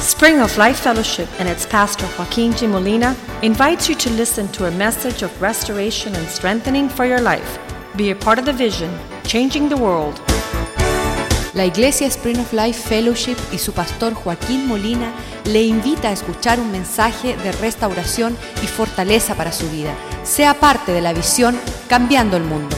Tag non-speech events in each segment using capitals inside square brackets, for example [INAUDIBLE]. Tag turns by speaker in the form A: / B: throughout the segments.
A: Spring of Life Fellowship and its pastor Joaquin G. Molina invites you to listen to a message of restoration and strengthening for your life. Be a part of the vision, changing the world.
B: La Iglesia Spring of Life Fellowship y su pastor Joaquín Molina le invita a escuchar un mensaje de restauración y fortaleza para su vida. Sea parte de la visión Cambiando el Mundo.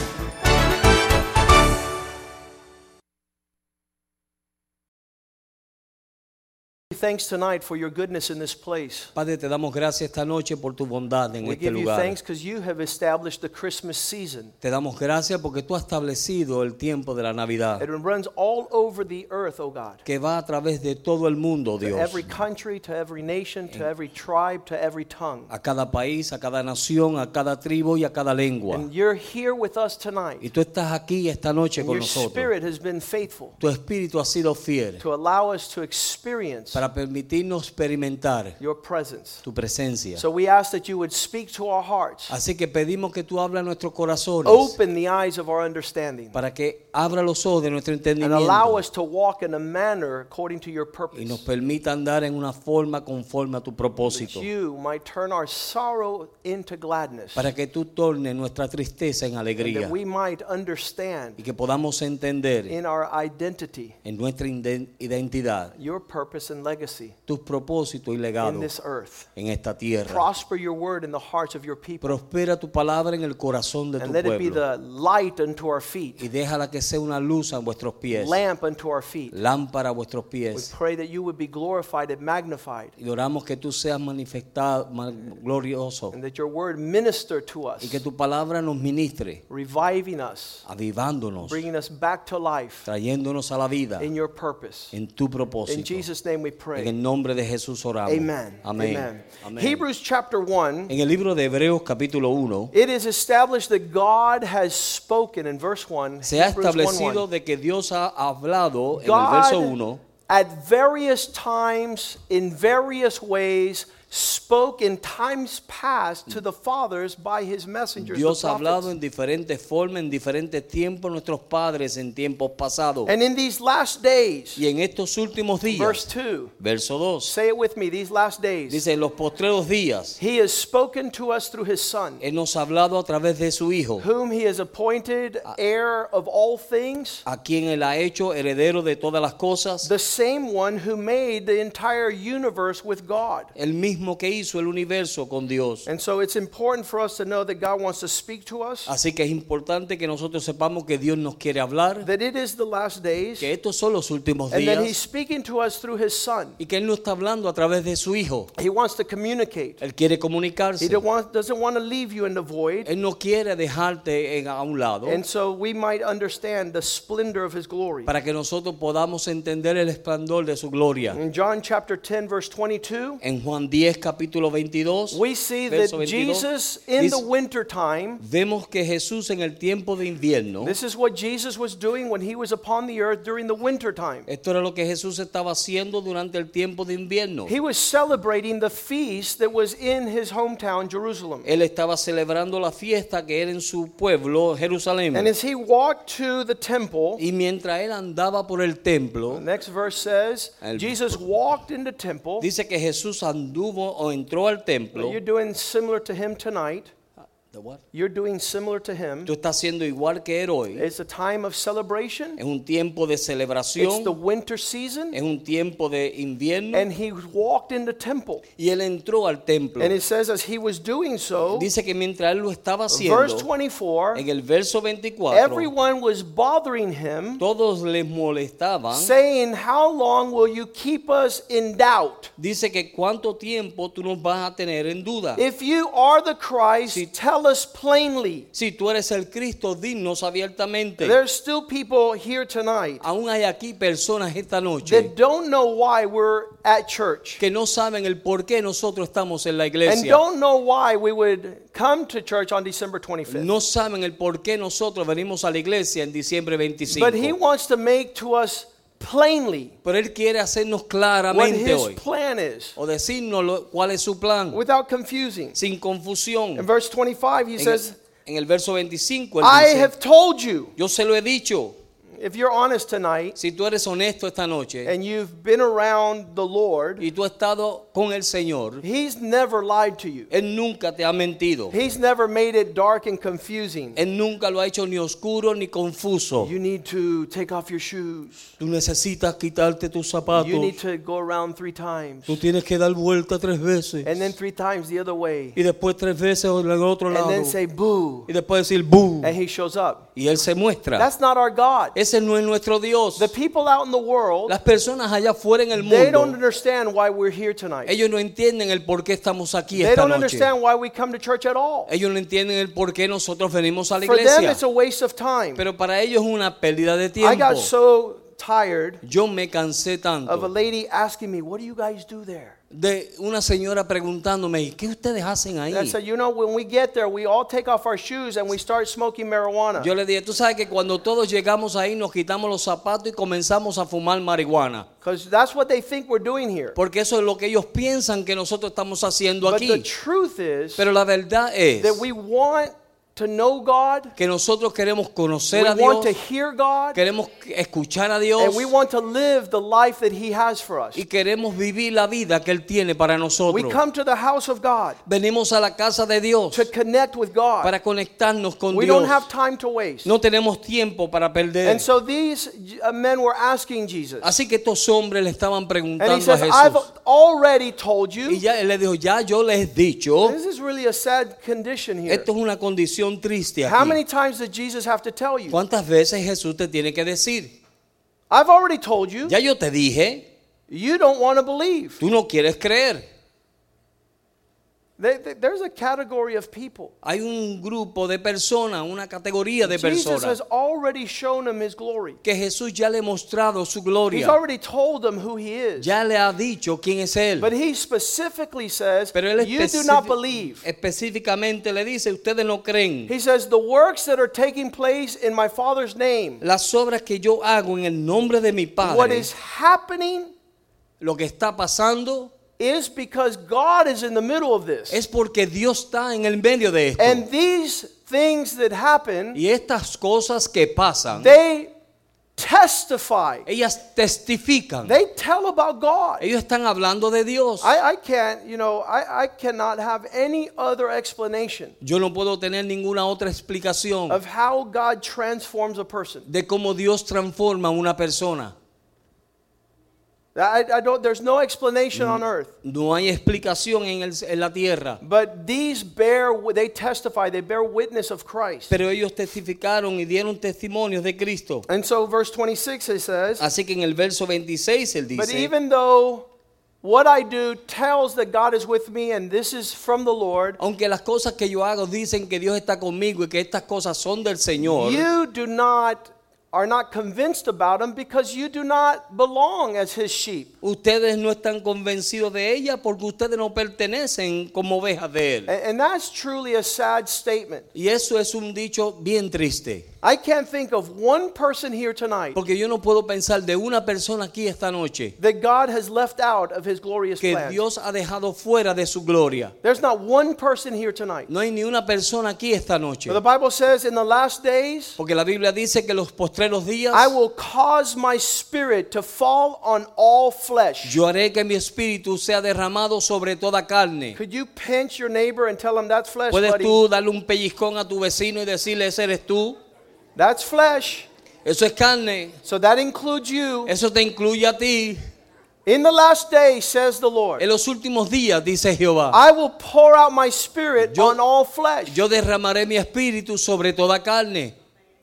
C: thanks tonight for your goodness in this place.
D: Padre, te damos gracias esta noche por tu bondad en
C: We
D: este
C: give you
D: lugar.
C: thanks because you have established the Christmas season.
D: Te damos gracias porque tú has establecido el tiempo de la Navidad
C: It runs all over the earth, oh God.
D: que va a través de todo el mundo,
C: To
D: Dios.
C: every country, to every nation, to every tribe, to every tongue.
D: A cada país, a cada nación, a cada tribu y a cada lengua.
C: And you're here with us
D: Y
C: tonight.
D: tú estás aquí esta noche
C: And
D: con
C: your
D: nosotros.
C: spirit has been faithful
D: Tu espíritu ha sido fiel
C: to allow us to experience
D: para permitirnos experimentar
C: your presence.
D: tu presencia.
C: So we ask that you would speak to our hearts,
D: Así que pedimos que tú abras nuestros corazones
C: open the eyes of our understanding,
D: para que abra los ojos de nuestro
C: and allow
D: entendimiento
C: us to walk in a manner according to your
D: y nos
C: purpose.
D: permita andar en una forma conforme a tu
C: that
D: propósito.
C: you might turn our sorrow into gladness,
D: para que tú tornes nuestra tristeza en
C: and
D: alegría
C: that we might
D: y
C: understand
D: que podamos entender
C: in our identity
D: en nuestra inden- identidad
C: your purpose and legacy
D: tus propósitos y
C: in
D: legados
C: this earth.
D: en esta tierra.
C: Prosper your word in the hearts of your people,
D: Prospera tu palabra en el corazón de tu
C: and let it be
D: pueblo
C: the light unto our
D: y
C: feet,
D: déjala que sea una luz a vuestros pies,
C: lamp unto our feet.
D: lámpara a vuestros
C: We
D: pies.
C: pray that you would be glorified and magnified,
D: Y oramos que tú seas manifestado, ma- glorioso
C: and that your word minister to
D: y
C: us,
D: que tu palabra nos ministre,
C: reviving us,
D: avivándonos,
C: bringing us back to life
D: trayéndonos a la vida
C: in your purpose.
D: en tu
C: In
D: propósito.
C: Jesus' name we pray.
D: En el nombre de Jesús oramos.
C: Amen.
D: Amén. Amén.
C: Hebrews chapter 1,
D: En el libro de Hebreos capítulo 1
C: it is established that God has spoken in verse 1.
D: se ha
C: Hebrews 1:1.
D: establecido de que Dios ha hablado en el verso
C: God
D: 1
C: at various times, in various ways, spoke in times past to the fathers by his messengers.
D: Dios
C: the
D: ha
C: prophets.
D: hablado en diferentes formas, en diferentes tiempos, nuestros padres en tiempos pasados.
C: And in these last days,
D: Y en estos últimos
C: verse
D: días,
C: 2,
D: verso 2,
C: say it with me, these last days,
D: dice, en los postreros días,
C: he has spoken to us through his son,
D: Él nos ha hablado a través de su Hijo,
C: whom he has appointed heir of all things.
D: a quien Él ha hecho heredero de todas las cosas,
C: the same one who made the entire universe with God.
D: el mismo que hizo el universo con Dios.
C: And so it's important for us to know that God wants to speak to us,
D: Así que es importante que nosotros sepamos que Dios nos quiere hablar,
C: that it is the last days,
D: que estos son los últimos
C: and that He's
D: días.
C: speaking to us through His Son.
D: y que él no está hablando a través de su hijo.
C: He wants to communicate.
D: Él quiere
C: He
D: comunicarse.
C: don't want, doesn't want to leave you in the void.
D: Él no quiere dejarte en- a un lado
C: And so we might understand the splendor of His glory.
D: para que nosotros podamos entender el esplendor de su gloria.
C: In John chapter 10, verse 22,
D: En Juan 10 capítulo 22
C: we see that
D: verso 22,
C: Jesus in the
D: dice-
C: wintertime
D: vemos que Jesús en el tiempo de invierno,
C: This is what Jesus was doing when he was upon the earth during the wintertime.
D: esto era lo que Jesús estaba haciendo durante el tiempo de invierno.
C: He was celebrating the feast that was in his hometown, Jerusalem.
D: Él estaba celebrando la fiesta que era en su pueblo, Jerusalén.
C: And as he walked to the temple,
D: Y mientras él andaba por el templo,
C: the next verse says,
D: El-
C: Jesus walked into temple.
D: dice que Jesús anduvo o entró al templo. Ah,
C: You're doing similar to him tonight.
D: The what?
C: You're doing similar to him.
D: Tú estás siendo igual que él hoy.
C: It's a time of celebration.
D: Es un tiempo de
C: It's the
D: celebración,
C: winter season.
D: es un tiempo de invierno.
C: And he walked into temple.
D: Y él entró al templo.
C: And it says as he was doing so,
D: Dice que mientras él lo estaba
C: verse
D: haciendo,
C: 24,
D: en el verso 24,
C: everyone was bothering him.
D: todos les molestaban.
C: saying, How long will you keep us in doubt?
D: Dice que cuánto tiempo tú nos vas a tener en duda.
C: If you are the Christ, tell us plainly.
D: Si tú eres el Cristo, dinos abiertamente.
C: There's still people here tonight
D: Aún hay aquí personas esta noche
C: that don't know why we're at church
D: que no saben el por qué nosotros estamos en la
C: and
D: iglesia.
C: don't know why we would come to church on December 25th.
D: No saben el por qué nosotros venimos a la iglesia en diciembre 25.
C: But He wants to make to us plainly
D: Pero Él quiere hacernos
C: what
D: claramente
C: His
D: hoy.
C: plan is
D: O decirnos lo- cuál es su plan.
C: without confusing.
D: Sin confusión.
C: In
D: En
C: verse 25, He
D: el,
C: says,
D: en el verso 25, Él
C: I
D: dice,
C: have told you.
D: yo se lo he dicho.
C: If you're honest tonight
D: Si tú eres honesto esta noche
C: and you've been around the Lord,
D: y tú has estado con el Señor,
C: He's never lied to you.
D: Él nunca te ha mentido.
C: He's never made it dark and confusing.
D: Él nunca lo ha hecho ni oscuro ni confuso.
C: You need to take off your shoes.
D: Tú necesitas quitarte tus zapatos.
C: You need to go around three times.
D: Tú tienes que dar vuelta tres veces.
C: And then three times the other way.
D: y después tres veces en el otro
C: And
D: lado.
C: then say boo.
D: y después decir bu.
C: And He shows up.
D: Y Él se muestra.
C: That's not our God.
D: Ese no es nuestro Dios.
C: The people out in the world,
D: Las personas allá afuera en el
C: they don't
D: mundo,
C: understand why we're here tonight.
D: ellos no entienden el por qué estamos aquí
C: They
D: esta
C: don't
D: noche.
C: understand why we come to church at all.
D: Ellos no entienden el por qué nosotros venimos a la
C: For them, it's
D: iglesia.
C: a waste of time.
D: Pero para ellos es una pérdida de
C: I got
D: tiempo.
C: so tired
D: Yo me cansé
C: of a
D: tanto
C: lady asking me, What do you guys do there?
D: de una señora preguntándome, "¿Y ¿qué ustedes hacen ahí?
C: And I said, You know, when we get there, we all take off our shoes and we start smoking marijuana.
D: Yo le dije, tú sabes que cuando todos llegamos ahí nos quitamos los zapatos y comenzamos a fumar marihuana.
C: Because that's what they think we're doing here.
D: Porque eso es lo que ellos piensan que nosotros estamos haciendo
C: But the
D: aquí.
C: truth is
D: Pero la verdad es
C: that we want to know God,
D: que nosotros queremos
C: we
D: conocer a
C: want
D: Dios,
C: to hear God,
D: queremos escuchar a Dios
C: and we want to live the life that He has for us.
D: y queremos vivir la vida que Él tiene para
C: We
D: nosotros.
C: come to the house of God
D: Venimos a la casa de Dios
C: to connect with God.
D: para conectarnos con
C: We
D: Dios.
C: don't have time to waste.
D: No tenemos tiempo para perder.
C: And so these uh, men were asking Jesus.
D: Así que estos hombres le estaban
C: And he
D: preguntando a
C: says, I've
D: Jesús.
C: already told
D: Y
C: you.
D: ya él le dijo, ya yo les he dicho,
C: This is really a sad condition here.
D: esto es una condición triste
C: How
D: aquí.
C: many times did Jesus have to tell you?
D: ¿Cuántas veces Jesús te tiene que decir?
C: I've already told you.
D: Ya yo te dije,
C: You don't want to believe.
D: tú no quieres creer.
C: They- they- There's a category of people.
D: Hay un grupo de personas, una categoría de
C: Jesus has
D: personas
C: already shown them his glory.
D: que Jesús ya le ha mostrado su
C: He's
D: gloria.
C: already told them who he is.
D: Ya le ha dicho quién es él.
C: But he specifically says,
D: Pero él
C: You do
D: especifi-
C: not believe.
D: específicamente le dice, ustedes no creen.
C: He says, The works that are taking place in my Father's name,
D: Las obras que yo hago en el nombre de mi
C: what
D: Padre,
C: is happening
D: lo que está pasando
C: is because God is in the middle of this.
D: es porque Dios está en el medio de esto.
C: And these things that happen,
D: Y estas cosas que pasan,
C: they testify.
D: ellas testifican.
C: They tell about God.
D: Ellos están hablando de Dios.
C: I, I can't, you know, I, I cannot have any other explanation
D: Yo no puedo tener ninguna otra explicación
C: of how God transforms a person.
D: de cómo Dios transforma a una persona.
C: I, I don't, there's no explanation on earth.
D: No hay explicación en, el- en la tierra.
C: But these bear, they testify, they bear witness of Christ.
D: Pero ellos testificaron y dieron testimonios de Cristo.
C: And so, verse 26, it says,
D: Así que en el verso 26 él
C: But
D: dice,
C: even though what I do tells that God is with me and this is from the Lord,
D: aunque las cosas que yo hago dicen que Dios está conmigo y que estas cosas son del Señor,
C: you do not are not convinced about him because you do not belong as his sheep
D: ustedes no están convencidos de ella porque ustedes no pertenecen como ovejas de él.
C: and, and that's truly a sad statement
D: Y eso es un dicho bien triste,
C: i can't think of one person here tonight
D: porque yo no puedo pensar de una persona aquí esta noche
C: that god has left out of his glorious
D: que
C: plan
D: Dios ha dejado fuera de su gloria.
C: there's not one person here tonight
D: No hay ni una persona aquí esta noche.
C: But the bible says in the last days
D: Porque la Biblia dice que los postreros días
C: i will cause my spirit to fall on all flesh
D: yo haré que mi espíritu sea derramado sobre toda carne.
C: could you pinch your neighbor and tell him that's flesh
D: Puedes
C: buddy
D: tú darle un pellizcón a tu vecino y decirle, ese eres tú.
C: that's flesh
D: Eso es carne.
C: so that includes you
D: Eso te incluye a ti.
C: in the last day says the lord
D: En los últimos días, dice Jehová,
C: I will pour out my spirit
D: Yo-
C: on all flesh.
D: yo derramaré mi espíritu sobre toda carne.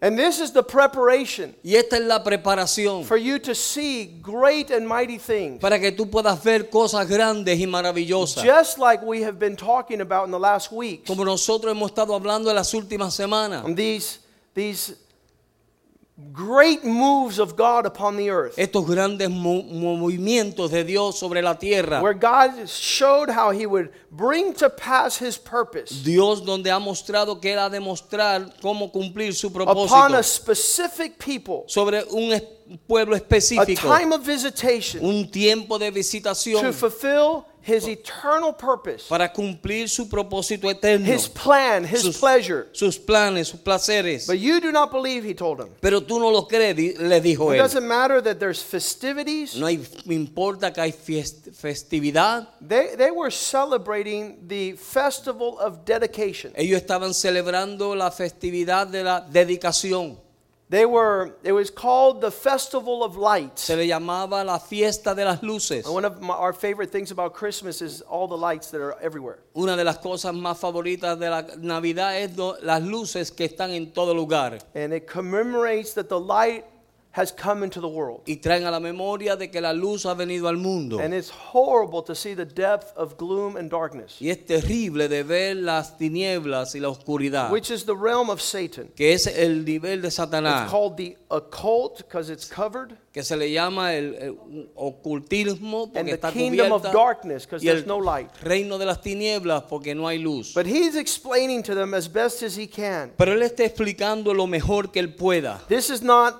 C: and this is the preparation
D: Y esta es la preparación
C: for you to see great and mighty things.
D: para que tú puedas ver cosas grandes y maravillosas.
C: Just like we have been talking about in the last weeks.
D: Como nosotros hemos estado hablando en las últimas semanas.
C: These, these great moves of God upon the earth.
D: Estos grandes mo- movimientos de Dios sobre la tierra.
C: Where God showed how he would bring to pass his purpose
D: Dios donde ha mostrado que Él ha de mostrar cómo cumplir su
C: upon
D: propósito
C: a specific people,
D: sobre un es- pueblo
C: a
D: específico.
C: time of visitation
D: un tiempo de
C: to
D: visitación
C: fulfill his eternal purpose,
D: para cumplir su propósito eterno,
C: his plan, his
D: sus,
C: pleasure.
D: sus planes, sus placeres.
C: But you do not believe, he told him.
D: Pero tú no lo crees, di- le dijo
C: It
D: él.
C: doesn't matter that there's festivities.
D: No hay- me importa que hay fiest- festividad.
C: They, they were celebrating the festival of dedication.
D: Ellos estaban celebrando la festividad de la dedicación.
C: They were, it was called the Festival of Lights.
D: Se le llamaba la fiesta de las luces.
C: And One of my, our favorite things about Christmas is all the lights that are everywhere.
D: Una de las cosas más favoritas de la Navidad es do- las luces que están en todo lugar
C: And it commemorates that the light has come into the world.
D: y traen a la memoria de que la luz ha venido al mundo.
C: And it's horrible to see the depth of gloom and darkness,
D: Y es terrible de ver las tinieblas y la oscuridad,
C: which is the realm of Satan.
D: que es el nivel de
C: It's
D: Satanás,
C: called the occult because it's covered,
D: que se le llama el, el ocultismo
C: and
D: porque
C: the
D: está
C: kingdom of
D: cubierta,
C: darkness because
D: y el
C: there's no light.
D: reino de las tinieblas porque no hay luz.
C: But he's explaining to them as best as he can.
D: Pero él está explicando lo mejor que él pueda.
C: This is not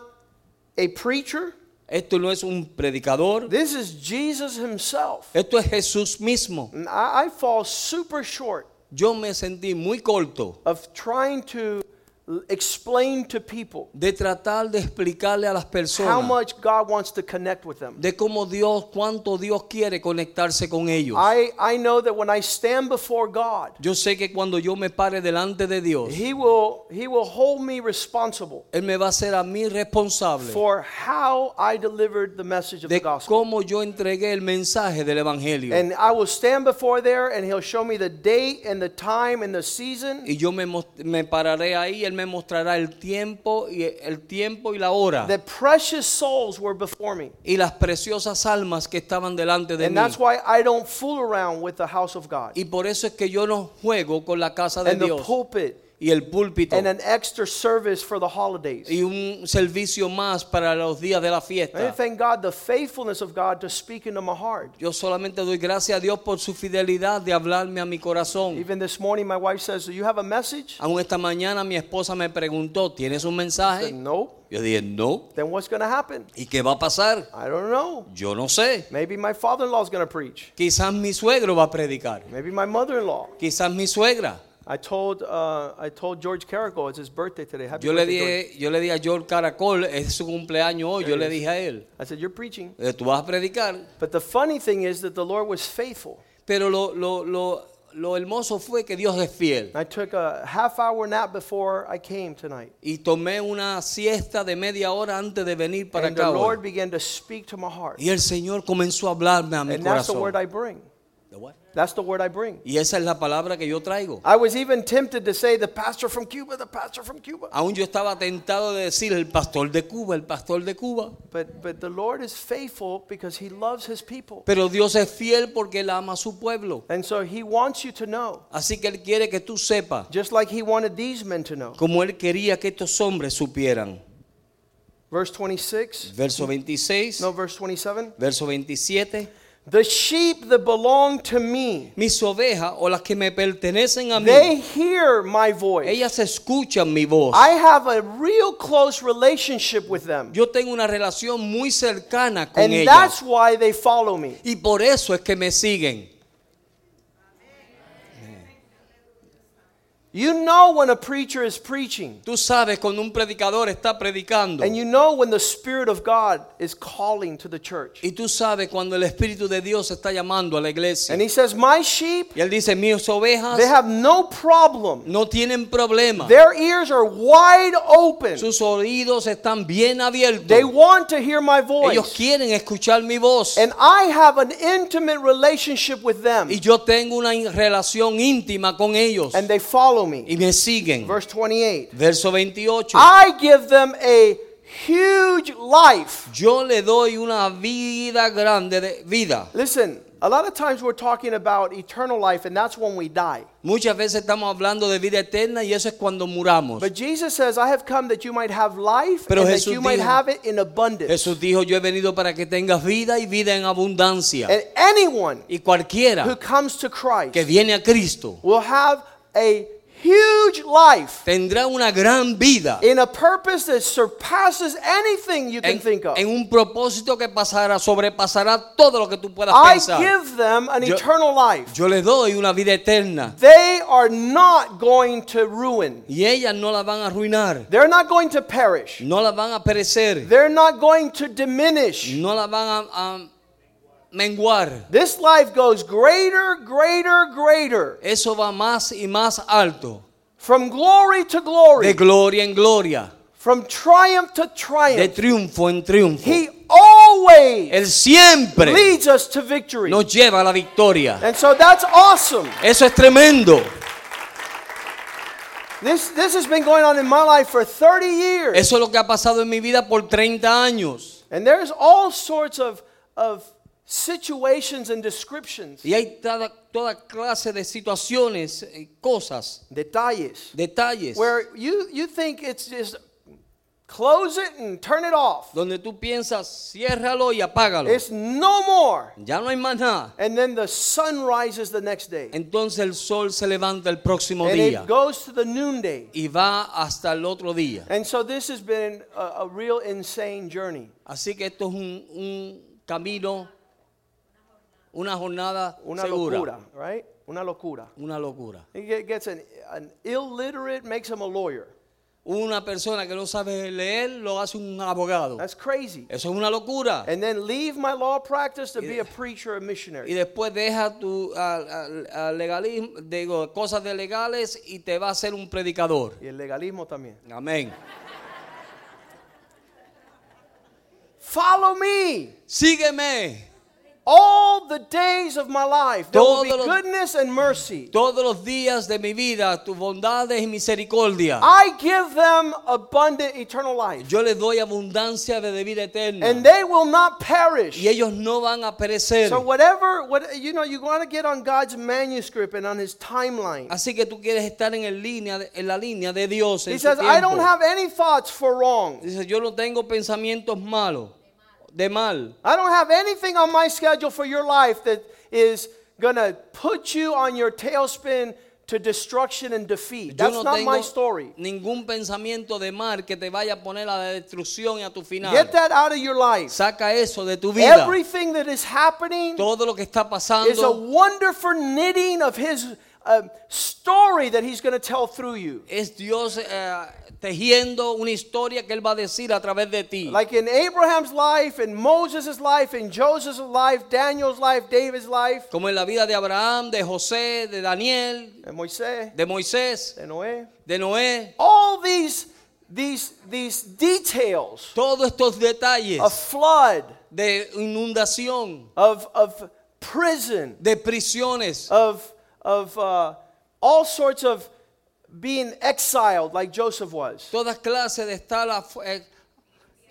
C: a preacher,
D: Esto no es un predicador,
C: this is Jesus himself.
D: esto es Jesús mismo.
C: And I, I fall super short
D: Yo me sentí muy corto
C: of trying to l- explain to people
D: de tratar de explicarle a las
C: how
D: personas
C: much God wants to connect with them.
D: de cómo Dios, cuánto Dios quiere conectarse con ellos.
C: I, I know that when I stand before God,
D: Yo sé que cuando yo me pare delante de Dios,
C: He will He will hold me responsible
D: Él me va a hacer a mí responsable
C: for how I delivered the message of the
D: de
C: gospel.
D: cómo yo entregué el mensaje del Evangelio.
C: And I will stand before there and he'll show me the date and the time and the season
D: Y yo me, mos- me pararé ahí, Él me mostrará el tiempo y el tiempo y la hora.
C: that precious souls were before me.
D: y las preciosas almas que estaban delante de
C: And
D: mí.
C: that's why I don't fool around with the house of God
D: Y por eso es que yo no juego con la casa de
C: and the
D: Dios
C: pulpit
D: y el púlpito
C: and an extra service for the holidays.
D: y un servicio más para los días de la
C: I
D: fiesta.
C: thank God the faithfulness of God to speak into my heart.
D: Yo solamente doy gracias a Dios por su fidelidad de hablarme a mi corazón.
C: Even this morning, my wife says, "Do you have a message?"
D: Aún esta mañana mi esposa me preguntó, ¿tienes un
C: I said,
D: mensaje?
C: "No."
D: Yo dije, no.
C: Then what's going to happen?
D: ¿Y qué va a pasar?
C: I don't know.
D: Yo no sé.
C: Maybe my father-in-law is going to preach.
D: Quizás mi suegro va a predicar.
C: Maybe my mother-in-law.
D: Quizás mi suegra.
C: I told uh, I told George Carrico it's his birthday today. Happy
D: Yo le
C: birthday, George.
D: dije, yo le dije a George Caracol, es su cumpleaños hoy, yo le dije a él.
C: I said, "You're preaching."
D: Eh, tú vas a predicar.
C: But the funny thing is that the Lord was faithful.
D: Pero lo, lo, lo, lo hermoso fue que Dios es fiel.
C: I took a half-hour nap before I came tonight,
D: Y tomé una siesta de media hora antes de venir para
C: and the
D: acá. hoy.
C: Lord began to speak to my heart,
D: Y el Señor comenzó a hablarme a mi
C: and that's the word
D: corazón.
C: I bring.
D: The what?
C: That's the word I bring.
D: Y esa es la palabra que yo traigo.
C: I was even tempted to say the pastor from Cuba, the pastor from Cuba.
D: Aún yo estaba tentado de decir el pastor de Cuba, el pastor de Cuba.
C: But but the Lord is faithful because he loves his people.
D: Pero Dios es fiel porque Él ama a su pueblo.
C: And so he wants you to know,
D: Así que Él quiere que tú sepas,
C: just like he wanted these men to know.
D: como Él quería que estos hombres supieran.
C: Verse 26,
D: Verso 26,
C: no verse 27.
D: verso 27.
C: The sheep that belong to me,
D: mis ovejas o las que me pertenecen a mí,
C: they hear my voice.
D: ellas escuchan mi voz.
C: I have a real close relationship with them.
D: Yo tengo una relación muy cercana con
C: And
D: ellas
C: that's why they follow me.
D: y por eso es que me siguen.
C: You know when a preacher is preaching,
D: Tú sabes cuando un predicador está predicando
C: and you know when the Spirit of God is calling to the church.
D: y tú sabes cuando el Espíritu de Dios está llamando a la iglesia.
C: And he says, My sheep,
D: Y él dice, mis ovejas
C: they have no problem
D: no tienen problema.
C: Their ears are wide open.
D: Sus oídos están bien
C: They
D: abiertos.
C: want to hear my
D: Ellos
C: voice.
D: quieren escuchar mi voz.
C: And I have an intimate relationship with them.
D: Y yo tengo una in- relación íntima con ellos.
C: And they follow
D: Y
C: me.
D: me siguen.
C: Verse Ah. 28.
D: Verso 28.
C: I give them a huge life.
D: Yo le doy una vida grande de vida.
C: Listen, a lot of times we're talking about eternal life, and that's when we die.
D: Muchas veces estamos hablando de vida eterna y eso es cuando muramos.
C: But Jesus says, I have come that you might have life
D: Pero
C: and that
D: Jesús
C: you might
D: dijo-
C: have it in abundance.
D: Jesús dijo, yo he venido para que tengas vida y vida en abundancia.
C: And anyone
D: Y
C: Eh, who
D: cualquiera
C: comes to Christ
D: que viene a Cristo
C: will have a huge life
D: Tendrá una gran vida
C: in a purpose that surpasses anything you can
D: en,
C: think of.
D: en un propósito que pasará, sobrepasará todo lo que tú puedas
C: I
D: pensar.
C: give them an
D: Yo-
C: eternal life.
D: Yo les doy una vida eterna
C: They are not going to ruin.
D: y ellas no la van a arruinar,
C: They're not going to perish.
D: no la van a perecer,
C: They're not going to diminish.
D: no la van a, a menguar.
C: This life goes greater, greater, greater.
D: Eso va más y más alto,
C: From glory to
D: de
C: glory.
D: gloria en gloria,
C: From triumph to
D: de
C: triumph.
D: triunfo en triunfo.
C: He always
D: Él siempre
C: leads us to victory.
D: nos lleva a la victoria.
C: And so that's awesome.
D: Eso es tremendo.
C: This, this has been going on in my life for 30 years.
D: Eso es lo que ha pasado en mi vida por 30 años.
C: And there's all sorts of, of situations and descriptions,
D: Y hay toda, toda clase de situaciones, eh, cosas,
C: detalles,
D: detalles,
C: where you, you think it's just close it and turn it off.
D: donde tú piensas, ciérralo y apágalo.
C: It's no more.
D: Ya no hay más nada.
C: And then the sun rises the next day.
D: Entonces el sol se levanta el próximo
C: And
D: día
C: it goes to the noonday.
D: y va hasta el otro día.
C: And so this has been a, a real insane journey.
D: Así que esto es un, un camino, una jornada
C: Una
D: segura.
C: locura, right? Una locura.
D: Una locura.
C: He ge- gets an, an illiterate, makes him a lawyer.
D: Una persona que no sabe leer lo hace un abogado.
C: That's crazy.
D: Eso es una locura.
C: And then leave my law practice to be a preacher or
D: Y
C: missionary.
D: después deja tu ah, ah, ah, legalismo, digo, cosas de legales y te va a ser un predicador.
C: Y el legalismo también.
D: Amén.
C: Follow me
D: Sígueme
C: all the days of my life. There will be
D: Todos los-
C: goodness and mercy.
D: todos los días de mi vida, tus bondades y misericordia.
C: I give them abundant eternal life.
D: Yo les doy abundancia de vida
C: And
D: eterna.
C: they will not perish.
D: Y ellos no van a perecer.
C: So whatever, what you know, you want to get on God's manuscript and on His timeline.
D: Así que tú quieres estar en, el línea, de- en la línea de Dios. en
C: He
D: su
C: says, "I don't
D: tiempo".
C: have any thoughts for wrong.
D: Dice, yo no tengo pensamientos malos, de mal.
C: I don't have anything on my schedule for your life that is gonna put you on your tailspin to destruction and defeat.
D: Yo
C: That's
D: no
C: not
D: tengo
C: my story.
D: ningún pensamiento de mal que te vaya a poner a la destrucción y a tu final.
C: Get that out of your life.
D: Saca eso de tu vida.
C: Everything that is happening
D: Todo lo que está
C: is a
D: pasando
C: wonderful knitting of His uh, story that He's gonna tell through you.
D: es Dios eh, tejiendo una historia que Él va a decir a través de ti.
C: Like in Abraham's life, in Moses' life, in Joseph's life, Daniel's life, David's life,
D: Como en la vida de Abraham, de José, de Daniel,
C: and Moisés,
D: de Moisés,
C: and Noé.
D: de Noé.
C: All these, these, these details
D: Todos estos detalles
C: of flood,
D: de inundación,
C: of, of prison,
D: de prisiones,
C: of, of uh, all sorts of being exiled like Joseph was.
D: todas clases de estar afu- eh,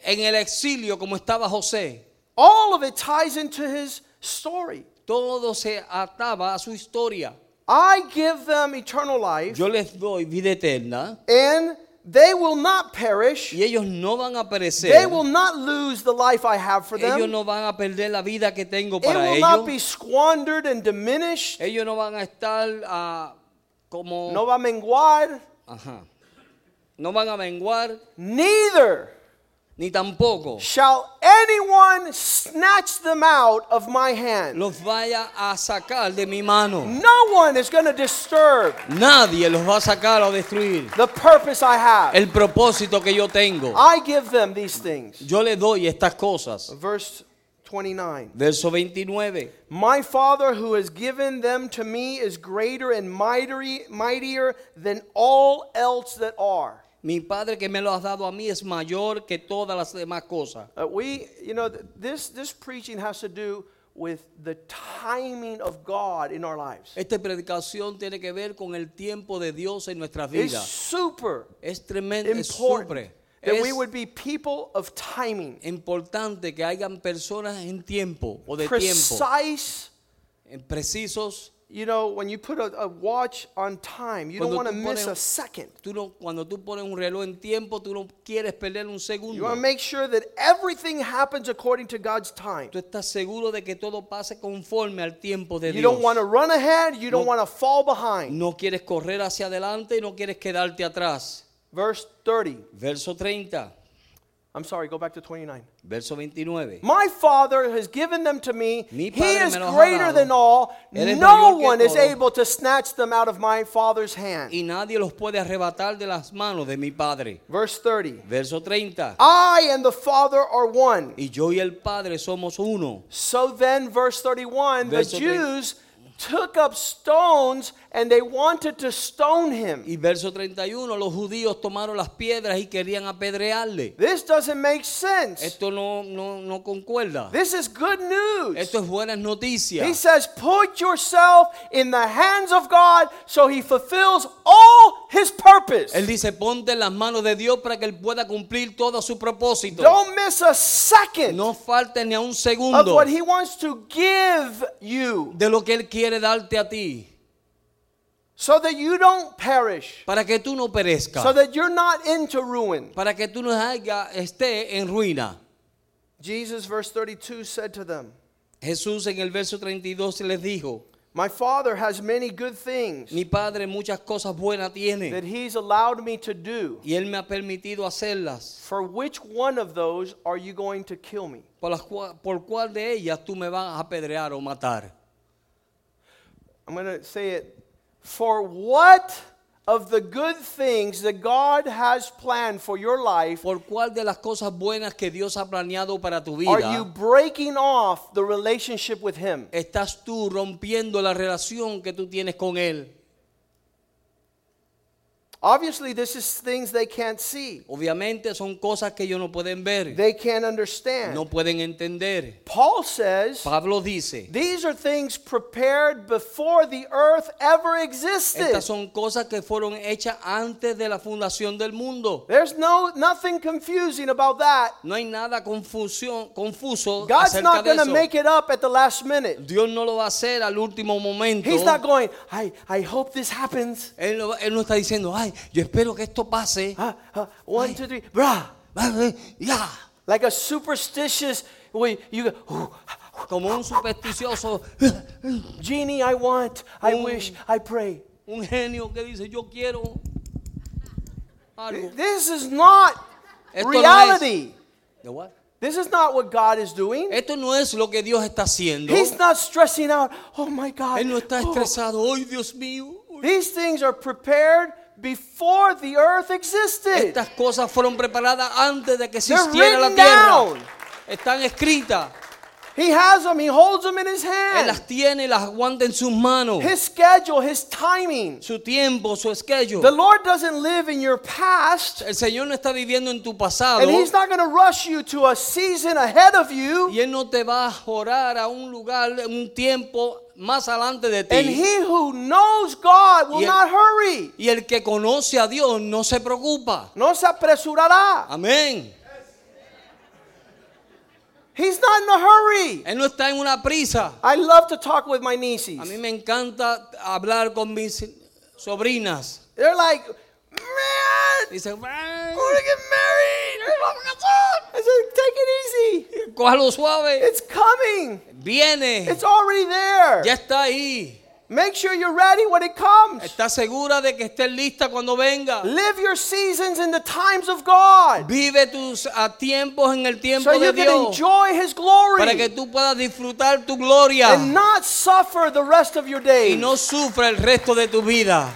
D: en el exilio como estaba José.
C: All of it ties into his story.
D: Todo se ataba a su historia.
C: I give them eternal life,
D: Yo les doy vida eterna
C: and they will not perish.
D: y ellos no van a perecer.
C: They will not lose the life I have for
D: Ellos
C: them.
D: "Eh, no van a perder la vida que tengo
C: It
D: para Eh,
C: will not
D: ellos.
C: be squandered and diminished.
D: Ellos no van a estar ah, como
C: No va a menguar.
D: Ajá. No van a menguar
C: Neither
D: ni tampoco
C: shall anyone snatch them out of my hand.
D: los vaya a sacar de mi mano.
C: No one is going to disturb
D: Nadie los va a sacar o destruir
C: the purpose I have.
D: el propósito que yo tengo.
C: I give them these things.
D: Yo le doy estas cosas.
C: Verse 29.
D: Verso 29.
C: My Father who has given them to me is greater and mightier, mightier than all else that are.
D: Mi padre que me lo has dado a mí es mayor que todas las demás cosas.
C: Uh, we, you know, th- this this preaching has to do with the timing of God in our lives.
D: Esta predicación tiene que ver con el tiempo de Dios en nuestras
C: It's
D: vidas.
C: super
D: Es tremendo, es
C: important
D: súper.
C: that
D: Es
C: we would be people of timing,
D: importante que hayan personas en tiempo o de tiempo,
C: precise
D: en precisos
C: You know, when you put a, a watch on time, you don't
D: Cuando
C: want to
D: tú
C: miss
D: pones-
C: a second.
D: Tú no- cuando tú pones un reloj en tiempo, tú no quieres perder un
C: You
D: segundo.
C: want to make sure that everything happens according to God's time.
D: Tú estás seguro de que todo pase conforme al tiempo de
C: You
D: Dios.
C: don't want to run ahead, you don't
D: No.
C: want to fall behind.
D: No quieres correr hacia adelante y no quieres quedarte atrás.
C: Verse 30.
D: Verso 30,
C: I'm sorry, go back to 29.
D: verso 29.
C: My Father has given them to me.
D: Mi
C: He
D: Padre
C: is
D: me los ha
C: greater
D: dado.
C: than all.
D: Él es
C: No
D: mayor que
C: one is
D: todo.
C: able to snatch them out of my Father's hand.
D: Y nadie los puede arrebatar de las manos de mi Padre.
C: Verse 30.
D: Verso 30.
C: I and the Father are one.
D: Y yo y el Padre somos uno.
C: So then, verse 31, the
D: Verso 30.
C: Jews took up stones and they wanted to stone him.
D: Y verso 31, los judíos tomaron las piedras y querían apedrearle.
C: This doesn't make sense.
D: Esto no, no, no concuerda.
C: This is good news.
D: Esto es buenas
C: He
D: noticias.
C: says, Put yourself in the hands of God so he fulfills all his purpose.
D: Él dice, ponte en las manos de Dios para que Él pueda cumplir todo su propósito.
C: Don't miss a second
D: No falte ni a un
C: of
D: segundo
C: what he wants to give you
D: de lo que Él quiere darte a ti.
C: so that you don't perish,
D: Para que tú no
C: so
D: perezcas.
C: that you're not into ruin.
D: Para que tú no haya- esté en ruina.
C: Jesus, verse 32, said to them,
D: Jesús en el verso 32 les dijo,
C: My Father has many good things
D: mi Padre muchas cosas buenas
C: that
D: tiene
C: he's allowed me to do.
D: y Él me ha permitido hacerlas.
C: For which one of those are you going to kill me?
D: ¿Por, las cua- por cuál de ellas tú me vas a apedrear o matar?
C: I'm going to say it. For what of the good things that God has planned for your life
D: ¿Por cuál de las cosas buenas que Dios ha planeado para tu
C: are you
D: vida
C: breaking off the relationship with Him?
D: estás tú rompiendo la relación que tú tienes con Él?
C: Obviously, this is things they can't see,
D: Obviamente son cosas que ellos no pueden ver,
C: they can't understand.
D: no pueden entender.
C: Paul says
D: Pablo dice,
C: these are things prepared before the earth ever
D: estas
C: existed.
D: son cosas que fueron hechas antes de la fundación del mundo.
C: There's no nothing confusing about that.
D: No hay nada confusión, confuso
C: God's
D: acerca
C: not
D: de
C: going to
D: eso.
C: make it up at the last minute.
D: Dios no lo va a hacer al último momento.
C: He's not going, I, I hope this happens.
D: Él no, él no está diciendo, ay, yo espero que esto pase.
C: Ah, ah, one, two, three, brah.
D: Vale, Ya.
C: Like a superstitious, we, you go, "Ooh,
D: Como un supersticioso, [LAUGHS]
C: genie, I want, I
D: Mm.
C: wish, I pray.
D: un genio que dice, yo quiero algo.
C: This is not
D: Esto no es-
C: reality.
D: The what?
C: This is not what God is doing.
D: Esto no es lo que Dios está haciendo.
C: He's not stressing out. Oh my God.
D: Él no está
C: Oh."
D: estresado. Ay, Dios mío. Ay.
C: These things are prepared before the earth existed.
D: Estas cosas fueron preparadas antes de que existiera la
C: Eh. written down. Eh.
D: tierra. Están escritas.
C: He has them. He holds them in his
D: Él
C: hand.
D: las tiene y las aguanta en sus manos.
C: His schedule, his timing.
D: Su tiempo, su esquello.
C: The Lord doesn't live in your past,
D: El Señor no está viviendo en tu pasado.
C: and He's not going to rush you to a season ahead of you.
D: Y Él no te va a orar a un lugar, en un tiempo más adelante de
C: And
D: ti.
C: he who knows God will
D: Y el-
C: not hurry.
D: Y el que conoce a Dios no se preocupa.
C: No se apresurará.
D: Amén.
C: He's not in a hurry.
D: Él no está en una prisa.
C: I love to talk with my
D: A mí
C: nieces.
D: me encanta hablar con mis sobrinas.
C: They're like, man,
D: Dicen, "Ay,
C: I want to get married. I said, take it easy.
D: cójalo suave.
C: It's coming.
D: Viene.
C: It's already there.
D: Ya está ahí.
C: Make sure you're ready when it comes.
D: ¿Estás segura de que estés lista cuando venga?
C: Live your seasons in the times of God
D: Vive tus a tiempos en el tiempo
C: so you
D: de
C: can
D: Dios.
C: enjoy His
D: Para que
C: glory
D: tú puedas disfrutar tu gloria.
C: and not suffer the rest of your
D: y
C: days.
D: no sufra el resto de tu vida.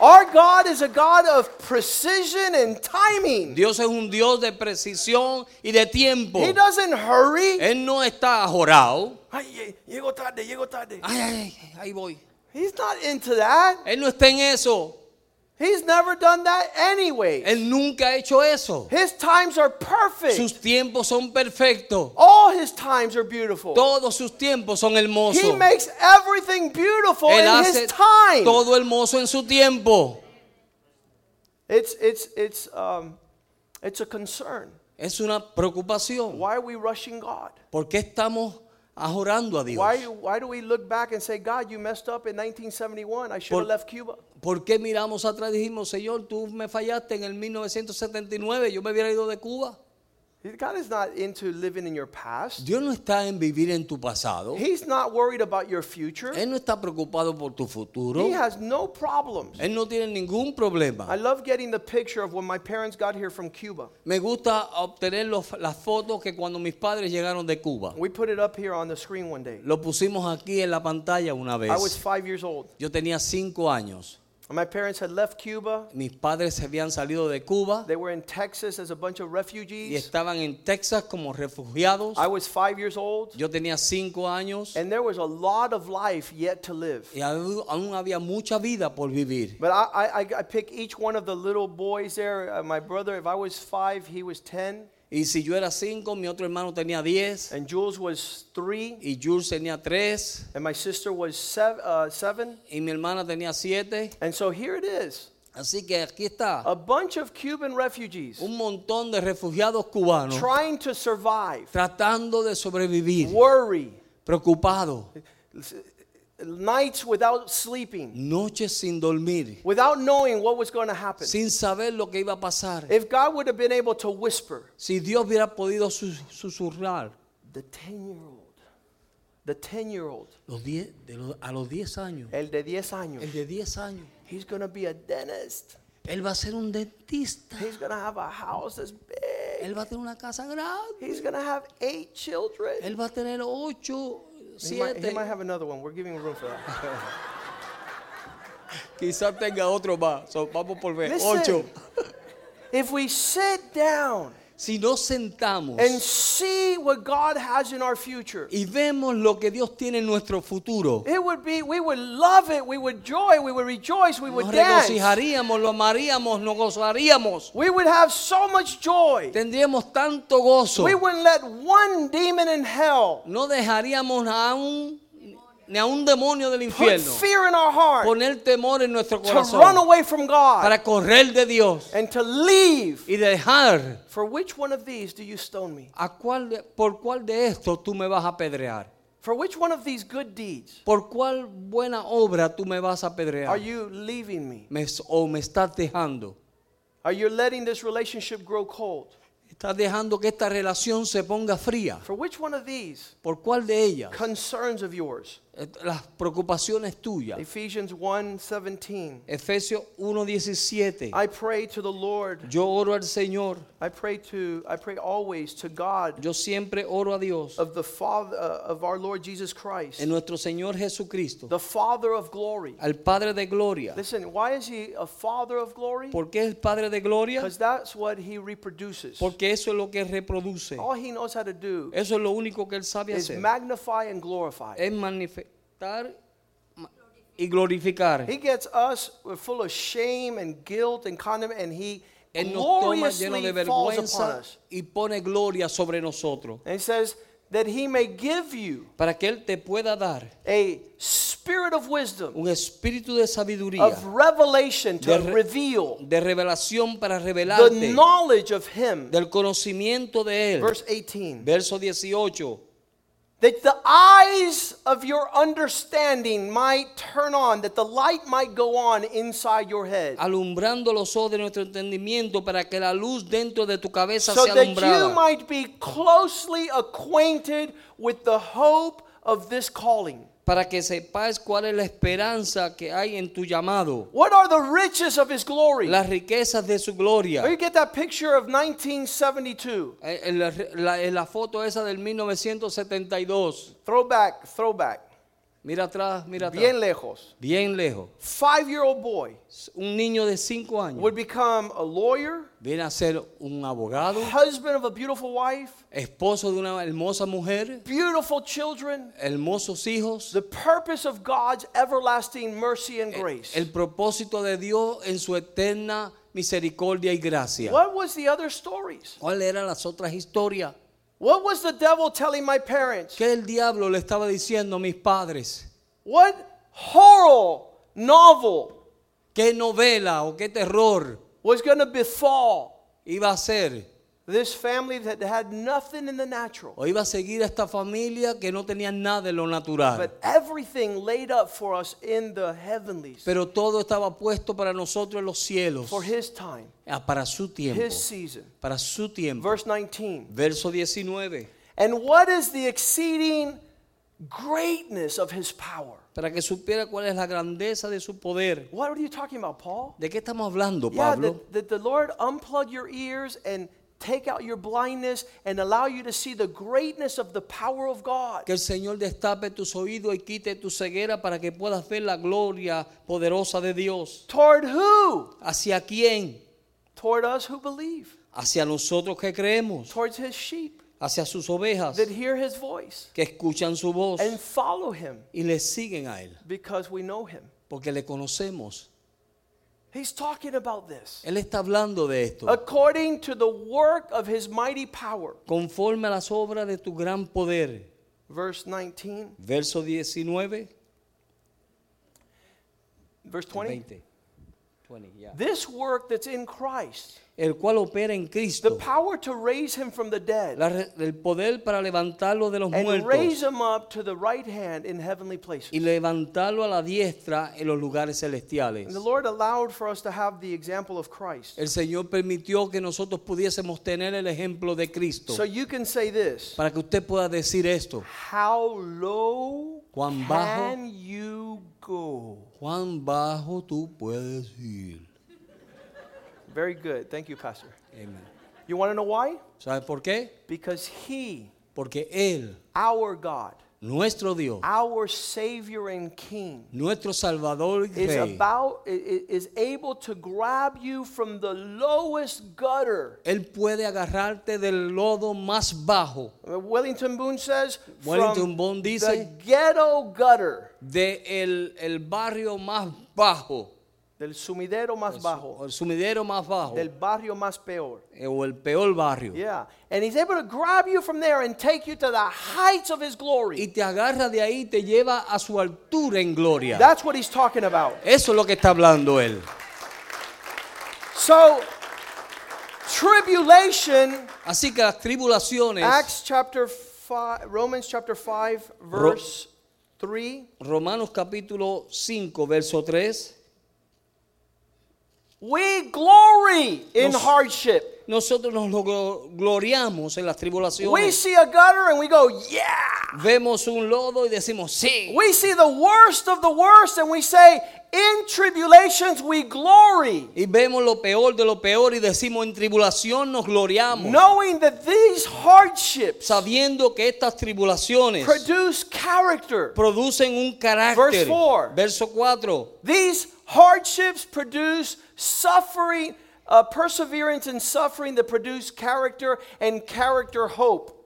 C: Our God is a God of precision and timing.
D: Dios es un Dios de precisión y de tiempo.
C: He doesn't hurry.
D: Él no está ajorado.
C: Ay, lle- llego tarde, llego tarde.
D: Ay, ay, ay, ahí voy.
C: He's not into that.
D: Él no está en eso.
C: He's never done that anyway.
D: Él nunca ha hecho eso.
C: His times are
D: Sus
C: perfect.
D: tiempos son perfectos.
C: All his times are beautiful.
D: Todos sus tiempos son
C: He
D: hermosos.
C: makes everything beautiful
D: Él
C: in his
D: hace
C: time.
D: todo hermoso en su tiempo.
C: It's it's it's um it's a concern.
D: Es una preocupación.
C: Why are we rushing God?
D: ¿Por qué estamos Estás orando a Dios.
C: Why, why do we look back and say, God, you messed up in 1971. I should
D: Por-
C: have left Cuba.
D: ¿Por qué miramos atrás y dijimos, Señor, tú me fallaste en el 1979, yo me hubiera ido de Cuba?
C: God is not into living in your past.
D: Dios no está en vivir en tu pasado.
C: He's not worried about your future.
D: Él no está preocupado por tu futuro.
C: He has no problems.
D: Él no tiene ningún
C: I
D: problema.
C: love getting the picture of when my parents got here from Cuba.
D: Me gusta obtener los- las fotos que cuando mis padres llegaron de Cuba.
C: We put it up here on the screen one day.
D: Lo pusimos aquí en la pantalla una
C: I was
D: vez.
C: five years old.
D: Yo tenía cinco años.
C: And My parents had left Cuba.
D: Mis padres se habían salido de Cuba
C: They were in Texas as a bunch of
D: y
C: refugees.
D: estaban en Texas como refugiados.
C: I was five years old.
D: Yo tenía cinco años
C: And there was a lot of life yet to live.
D: y aún aún había mucha vida por vivir.
C: But I, I, I- I pick each one of the little boys there. Uh, my brother, if I was five, he was 10.
D: Y si yo era cinco, mi otro hermano tenía diez
C: And Jules was three.
D: y Jules tenía tres
C: And my sister was sev- uh, seven.
D: y mi hermana tenía siete.
C: And so here it is
D: Así que aquí está
C: a bunch of Cuban refugees
D: un montón de refugiados cubanos
C: trying to survive,
D: tratando de sobrevivir,
C: worry,
D: preocupados,
C: nights without sleeping,
D: noches sin dormir,
C: without knowing what was going to happen.
D: sin saber lo que iba a pasar.
C: If God would have been able to whisper,
D: Si Dios hubiera podido sus- susurrar
C: the 10 year old, the 10 year old,
D: los diez- de los- a los 10 años,
C: el de 10 años,
D: el de 10 años,
C: he's going to be a dentist.
D: él va a ser un dentista,
C: He's going to have a house that's big.
D: él va a tener una casa grande,
C: He's going to have eight children.
D: él va a tener 8,
C: He might, he
D: 7,
C: might have another one. We're giving room for that.
D: quizás tenga otro más, So, vamos por
C: [LAUGHS]
D: ver,
C: Listen.
D: 8.
C: if we sit down
D: Si nos sentamos
C: and see what God has in our future,
D: y vemos lo que Dios tiene en nuestro futuro,
C: it would be, we would love it, we would joy, we would rejoice, we would
D: nos
C: dance.
D: regocijaríamos, lo amaríamos, nos gozaríamos,
C: We would have so much joy.
D: tendríamos tanto gozo,
C: We wouldn't let one demon in hell
D: no dejaríamos a un, ni a un demonio del
C: put
D: infierno.
C: fear in our heart
D: poner temor en nuestro
C: to run
D: corazón
C: away from God
D: para correr de Dios
C: and to leave.
D: y dejar
C: For which one of these do you stone me?
D: a cuál de- por cuál de estos tú me vas a apedrear
C: For which one of these good deeds
D: por cuál buena obra tú me vas a
C: are
D: apedrear
C: you leaving me?
D: Me s- o me estás dejando
C: Are you letting this relationship grow cold?
D: estás dejando que esta relación se ponga fría
C: For which one of these
D: por cuál de ellas
C: concerns of yours?
D: Eh, las preocupaciones tuyas
C: Ephesians 1:17.
D: Efesios 1:17
C: I pray to the Lord.
D: yo oro al Señor
C: I pray to I pray always to God
D: yo siempre oro a Dios
C: of the Father uh, of our Lord Jesus Christ,
D: en nuestro Señor Jesucristo
C: the Father of glory.
D: al Padre de gloria
C: Listen, why is he a father of glory?
D: ¿Por qué es el Padre de gloria?
C: Because that's what he reproduces.
D: Porque eso es lo que reproduce.
C: All he knows how to do
D: Eso es lo único que él sabe
C: is
D: hacer.
C: magnify and glorify.
D: Es manifestar ma- y glorificar.
C: He gets us we're full of shame and guilt and condemn and he
D: Él nos toma lleno de
C: gloriously falls upon
D: vergüenza
C: us.
D: y pone gloria sobre nosotros.
C: And he says that he may give you
D: Para que Él te pueda dar
C: a spirit of wisdom,
D: un espíritu de sabiduría,
C: of revelation to
D: de re-
C: reveal
D: de revelación para
C: the
D: revelarte
C: knowledge of him.
D: del conocimiento de Él.
C: Verse 18.
D: Verso 18.
C: That the eyes of your understanding might turn on, that the light might go on inside your head.
D: Alumbrando los ojos de nuestro entendimiento para que la luz dentro de tu cabeza
C: So
D: sea
C: that
D: alumbrada.
C: you might be closely acquainted with the hope of this calling.
D: para que sepáis cuál es la esperanza que hay en tu llamado,
C: What are the riches of his glory?
D: las riquezas de su
C: Or you
D: gloria.
C: get that picture of 1972.
D: Eh, en La, la- en la foto esa del 1972,
C: Throwback, throwback.
D: mira atrás, mira atrás,
C: Bien
D: bien,
C: lejos.
D: lejos.
C: Five year old boy
D: Un niño de 5 años
C: would become a lawyer,
D: viene a ser un abogado,
C: husband of a beautiful wife,
D: esposo de una hermosa mujer,
C: beautiful children.
D: hermosos hijos.
C: The purpose of God's everlasting mercy and grace.
D: El propósito de Dios en su eterna misericordia y gracia.
C: What was the other stories?
D: ¿Cuáles eran las otras historias?
C: What was the devil telling my parents?
D: ¿Qué el diablo le estaba diciendo a mis padres?
C: What horror novel
D: qué novela o qué terror
C: was going to befall
D: iba a ser
C: this family that had nothing in the natural,
D: O iba a seguir a esta familia que no tenía nada en lo natural.
C: but everything laid up for us in the heavenlies
D: Pero todo estaba puesto para nosotros en los cielos.
C: for his time,
D: Ah, Para su tiempo.
C: his season.
D: Para su tiempo.
C: Verse 19.
D: Verso 19.
C: And what is the exceeding greatness of his power?
D: Para que supiera cuál es la grandeza de su poder.
C: What are you talking about, Paul?
D: ¿De qué estamos hablando,
C: Yeah, that,
D: Pablo?
C: that the Lord unplug your ears and take out your blindness and allow you to see the greatness of the power of God.
D: Que el Señor destape tus oídos y quite tu ceguera para que puedas ver la gloria poderosa de Dios.
C: Toward who?
D: ¿Hacia quién?
C: Toward us who believe.
D: Hacia nosotros que creemos.
C: Towards his sheep
D: Hacia sus ovejas
C: that hear his voice
D: que escuchan su voz
C: and follow him
D: y le siguen a Él.
C: because we know him.
D: Porque le conocemos.
C: He's talking about this.
D: Él está hablando de esto.
C: According to the work of his mighty power.
D: Conforme a las obras de tu gran poder.
C: Verse 19,
D: Verso 19.
C: verse 20.
D: 20. 20, yeah.
C: This work that's in Christ,
D: El cual opera en
C: the
D: Cristo.
C: power to raise him from the dead.
D: La re- el poder para levantarlo de los
C: and raise
D: muertos
C: them up to the right hand in heavenly
D: y
C: places.
D: levantarlo a la diestra en los lugares
C: And
D: celestiales.
C: the Lord allowed for us to have the example of Christ.
D: El Señor permitió que nosotros pudiésemos tener el ejemplo de Cristo.
C: So you can say this
D: Para que usted pueda decir esto,
C: How low
D: Cuán bajo.
C: can you go?
D: cuán bajo tú puedes ir.
C: Very good. Thank you, Pastor.
D: Amén.
C: You want to know why?
D: ¿Sabe por qué?
C: Because He,
D: Porque Él,
C: our God,
D: nuestro Dios,
C: our Savior and King,
D: nuestro Salvador y
C: is
D: Rey,
C: about i- i- is able to grab you from the lowest gutter.
D: Él puede agarrarte del lodo más bajo,
C: Wellington Boone says
D: Wellington
C: from
D: Boone
C: the
D: dice-
C: ghetto gutter.
D: del el barrio más bajo,
C: Del sumidero más
D: o
C: bajo.
D: el sumidero más bajo.
C: Del barrio más peor.
D: eh, o el peor barrio.
C: Yeah. And he's able to grab you from there and take you to the heights of his
D: Y
C: glory.
D: te agarra de ahí y te lleva a su altura en gloria.
C: That's what he's talking about.
D: Eso es lo que está hablando él.
C: So, tribulation,
D: Así que las tribulaciones,
C: Acts chapter 5, Romans chapter 5, verse 3.
D: Romanos capítulo 5, verso 3,
C: We glory in
D: Nos-
C: hardship.
D: nosotros nos lo glo- gloriamos en las
C: We
D: tribulaciones.
C: see a gutter and we go, yeah.
D: Vemos un lodo y decimos, sí.
C: We see the worst of the worst and we say, in tribulations we glory.
D: Y vemos lo peor de lo peor y decimos, en tribulación nos gloriamos.
C: knowing that these hardships
D: Sabiendo que estas tribulaciones
C: produce character.
D: producen un carácter.
C: Verse four.
D: Verso 4.
C: These hardships produce suffering, uh, perseverance in suffering that produce character and character hope.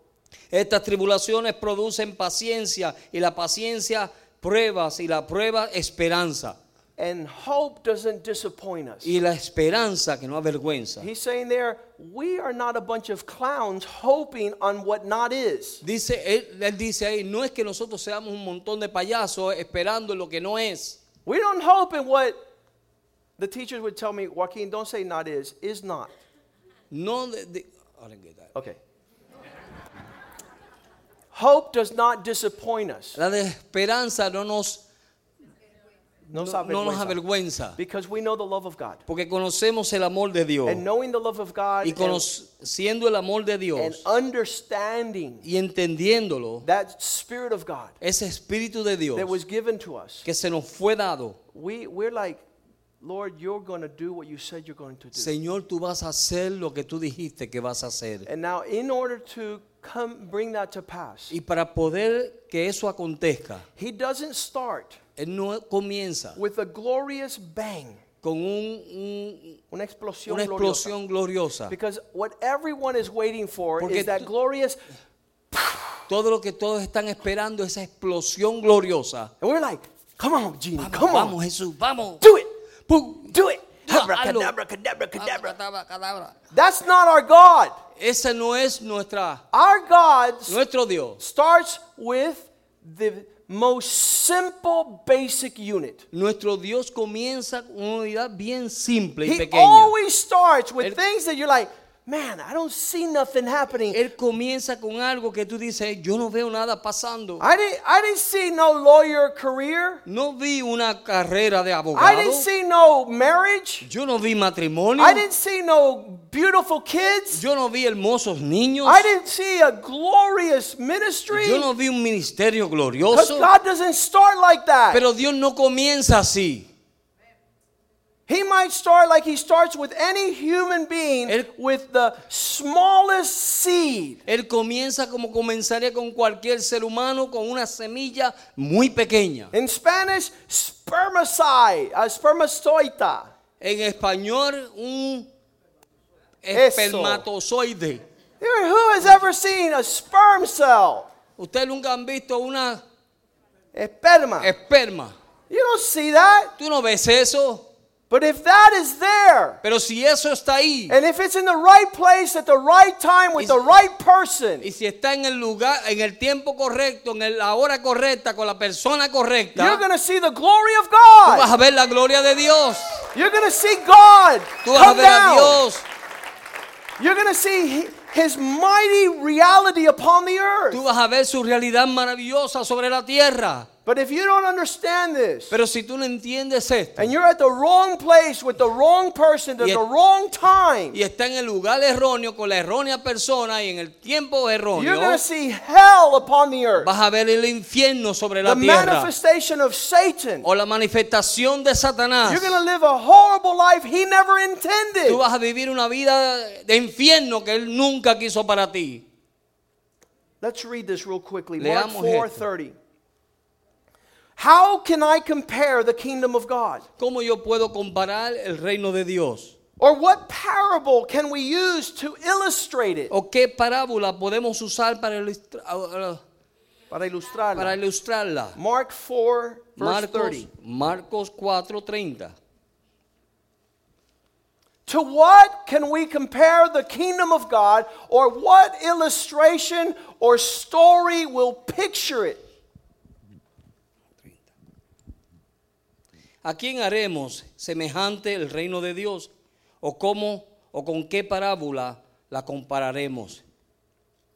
D: Estas tribulaciones producen paciencia y la paciencia pruebas y la prueba esperanza.
C: And hope doesn't disappoint us.
D: Y la esperanza que no avergüenza.
C: He's saying there, we are not a bunch of clowns hoping on what not is.
D: Dice, él, él dice ahí, no es que nosotros seamos un montón de payasos esperando lo que no es.
C: We don't hope in what the teachers would tell me, Joaquin, don't say not is, is not.
D: No de- de- I didn't get that.
C: Okay. Hope does not disappoint us.
D: La de esperanza no nos,
C: No,
D: no, no nos
C: avergüenza.
D: avergüenza.
C: Because we know the love of God.
D: Porque conocemos el amor de Dios.
C: And knowing the love of God
D: Y conociendo el amor de
C: and, and
D: Dios
C: understanding
D: y entendiéndolo,
C: that Spirit of God
D: ese Espíritu de Dios
C: that was given to us,
D: que se nos fue dado.
C: we, we're like, Lord, you're going to do what you said you're going to do.
D: Señor, tú vas a hacer lo que tú dijiste que vas a hacer.
C: And now, in order to come bring that to pass,
D: Y para poder que eso acontezca,
C: He doesn't start
D: Él no comienza
C: with a glorious bang,
D: con un-
C: una
D: un-
C: explosión
D: una
C: gloriosa.
D: explosión gloriosa.
C: Because what everyone is waiting for
D: Porque
C: is that
D: tú-
C: glorious,
D: Todo lo que todos están esperando, esa explosión gloriosa.
C: and we're like, come on, genie, come on,
D: Vamos, vamos, Jesús, vamos.
C: do it,
D: Pum.
C: do it.
D: Hazlo.
C: Abracadabra, cadabra.
D: Abracadabra.
C: That's not our God.
D: Ese no es nuestra,
C: Our God s-
D: nuestro Dios.
C: starts with the most simple, basic unit.
D: Nuestro Dios comienza con una unidad bien simple y
C: He
D: pequeña.
C: always starts with
D: Él-
C: things that you're like, man, I don't see nothing happening.
D: Él comienza con algo que tú dices, yo no veo nada pasando.
C: I didn't, I didn't see no lawyer career.
D: No vi una carrera de
C: I
D: abogado.
C: didn't see no marriage.
D: Yo no vi matrimonio.
C: I didn't see no beautiful kids.
D: Yo no vi hermosos niños.
C: I didn't see a glorious ministry.
D: Yo no vi un ministerio
C: Because
D: glorioso.
C: God doesn't start like that.
D: Pero Dios no comienza así.
C: He might start like He starts with any human being
D: Él-
C: with the smallest seed.
D: Él comienza como comenzaría con cualquier ser humano, con una semilla muy pequeña.
C: In Spanish, spermicide, uh, spermatozoita.
D: En español, un
C: Eso.
D: espermatozoide.
C: Here, Who has ever seen a sperm cell?
D: Ustedes nunca han visto una
C: Esperma.
D: esperma.
C: You don't see that.
D: Tú no ves eso.
C: But if that is there,
D: Pero si eso está ahí,
C: and if it's in the right place at the right time with
D: Y-
C: the right person,
D: y si está en el lugar, en el tiempo correcto, en el- la hora correcta, con la persona
C: you're
D: correcta,
C: going to see the glory of
D: tú vas
C: God.
D: a ver la gloria de Dios.
C: You're going to see God
D: Tú vas a
C: come
D: ver a
C: down.
D: Dios.
C: You're going to see hi- His mighty reality upon the
D: Tú
C: earth.
D: vas a ver su realidad maravillosa sobre la tierra.
C: But if you don't understand this,
D: Pero si tú no entiendes esto
C: and you're at the wrong place with the wrong person at
D: Y-
C: the wrong time,
D: y está en el lugar erróneo con la errónea persona y en el tiempo
C: you're
D: erróneo,
C: going to see hell upon the earth.
D: vas a ver el infierno sobre la
C: The
D: tierra Oh,
C: manifestation of Satan.
D: o la manifestación de Satanás.
C: You're going to live a horrible life he never intended.
D: Tú vas a vivir una vida de infierno que él nunca quiso para ti.
C: Let's read this real quickly. Mark
D: Leamos
C: 4:30. How can I compare the kingdom of God?
D: ¿Cómo yo puedo comparar el reino de Dios?
C: Or what parable can we use to illustrate it?
D: ¿O qué parábola podemos usar para, ilustra- ah,
C: Para
D: ah, para
C: ilustrarla.
D: ilustrarla?
C: Mark 4 verse
D: Marcos,
C: 30.
D: Marcos 4:30.
C: To what can we compare the kingdom of God or what illustration or story will picture it?
D: ¿A quién haremos semejante el reino de Dios? ¿O cómo o con qué parábola la compararemos?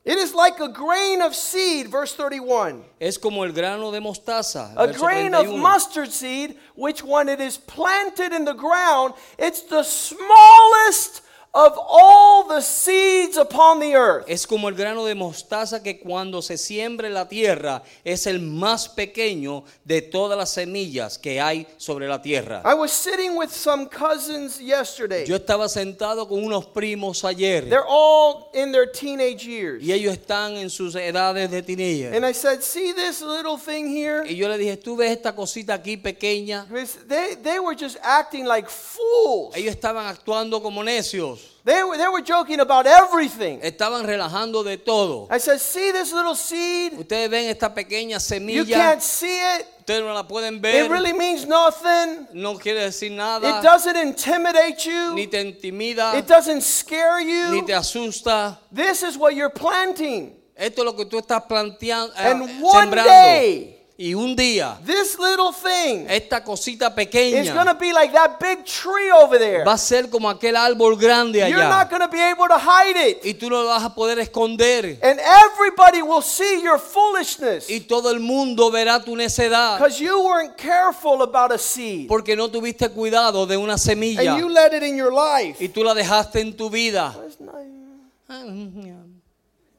C: It is like a grain of seed verse 31.
D: Es como el grano de mostaza.
C: A
D: verso
C: grain of
D: 31.
C: mustard seed, which when it is planted in the ground, it's the smallest of all the seeds upon the earth.
D: Es como el grano de mostaza que cuando se siembra en la tierra es el más pequeño de todas las semillas que hay sobre la tierra.
C: I was sitting with some cousins yesterday.
D: Yo estaba sentado con unos primos ayer
C: They're all in their teenage years.
D: y ellos están en sus edades de teenager.
C: And I said, See this little thing here?
D: Y yo le dije, tú ves esta cosita aquí pequeña.
C: They, they were just acting like fools.
D: Ellos estaban actuando como necios.
C: They were, they were joking about everything.
D: Estaban relajando de todo.
C: I said, See this little seed?
D: Ustedes ven esta pequeña
C: You
D: semilla.
C: can't see it.
D: Ustedes no la pueden
C: It
D: ver.
C: really means nothing.
D: No quiere decir
C: It
D: nada.
C: doesn't intimidate you.
D: Ni te intimida.
C: It doesn't scare
D: Ni
C: you.
D: te asusta.
C: This is what you're planting.
D: Esto es lo que tú estás planteando, eh,
C: And one
D: sembrando.
C: day,
D: y un día,
C: this little thing
D: esta cosita
C: is going
D: pequeña
C: to be like that big tree over there.
D: va a ser como aquel árbol grande
C: You're
D: allá.
C: not going to be able to hide it.
D: Y tú no lo vas a poder esconder.
C: And everybody will see your foolishness
D: Y todo el mundo verá tu necedad.
C: because you weren't careful about a seed
D: Porque no tuviste cuidado de una semilla.
C: and you let it in your life.
D: Y tú la dejaste en tu vida.
C: That's not-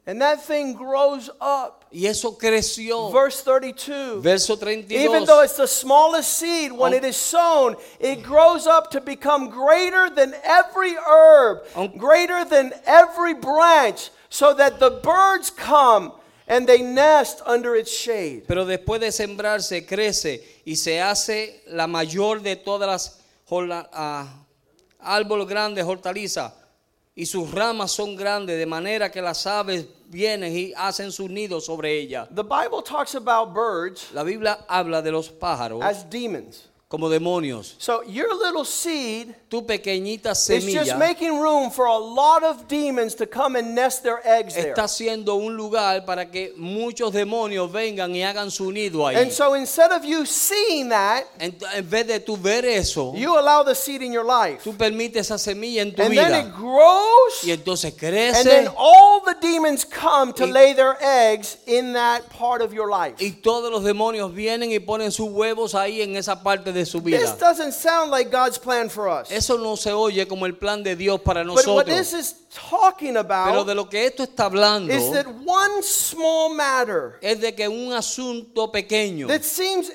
C: And that thing grows up.
D: Y eso creció.
C: Oh. Verse Oh. 32.
D: Verso
C: Even though
D: 32.
C: it's the smallest seed, when it is sown, it grows up to become greater than every herb,
D: Aunque-
C: greater than every branch, so that the birds come and they nest under its shade.
D: Pero después de sembrarse, crece y se hace la mayor de todas las jorla- ah, árboles grandes, hortalizas. Y sus ramas son grandes, de manera que las aves vienen y hacen sus nidos sobre ella.
C: The Bible talks about birds Oh.
D: La Biblia habla de los pájaros
C: as demons.
D: como demonios.
C: So your little seed
D: Tu pequeñita
C: is just
D: semilla
C: making room for a lot of demons to come and nest their eggs there.
D: está siendo un lugar para que muchos demonios vengan y hagan su nido ahí.
C: And so instead of you seeing that,
D: Ent- en vez de tú ver eso,
C: you allow the seed in your life.
D: tú permites esa semilla en tu
C: And then it
D: vida.
C: grows,
D: Y entonces
C: and
D: crece
C: then all the demons come to
D: Y-
C: lay their eggs in that part of your life.
D: y todos los demonios vienen y ponen sus huevos ahí en esa parte de su
C: This
D: vida.
C: doesn't sound like God's plan for us.
D: Eso no se oye como el plan de Dios para
C: But what
D: nosotros.
C: this is talking
D: Pero
C: about
D: de lo que esto está hablando
C: is that one small matter
D: es de que un asunto pequeño
C: that seems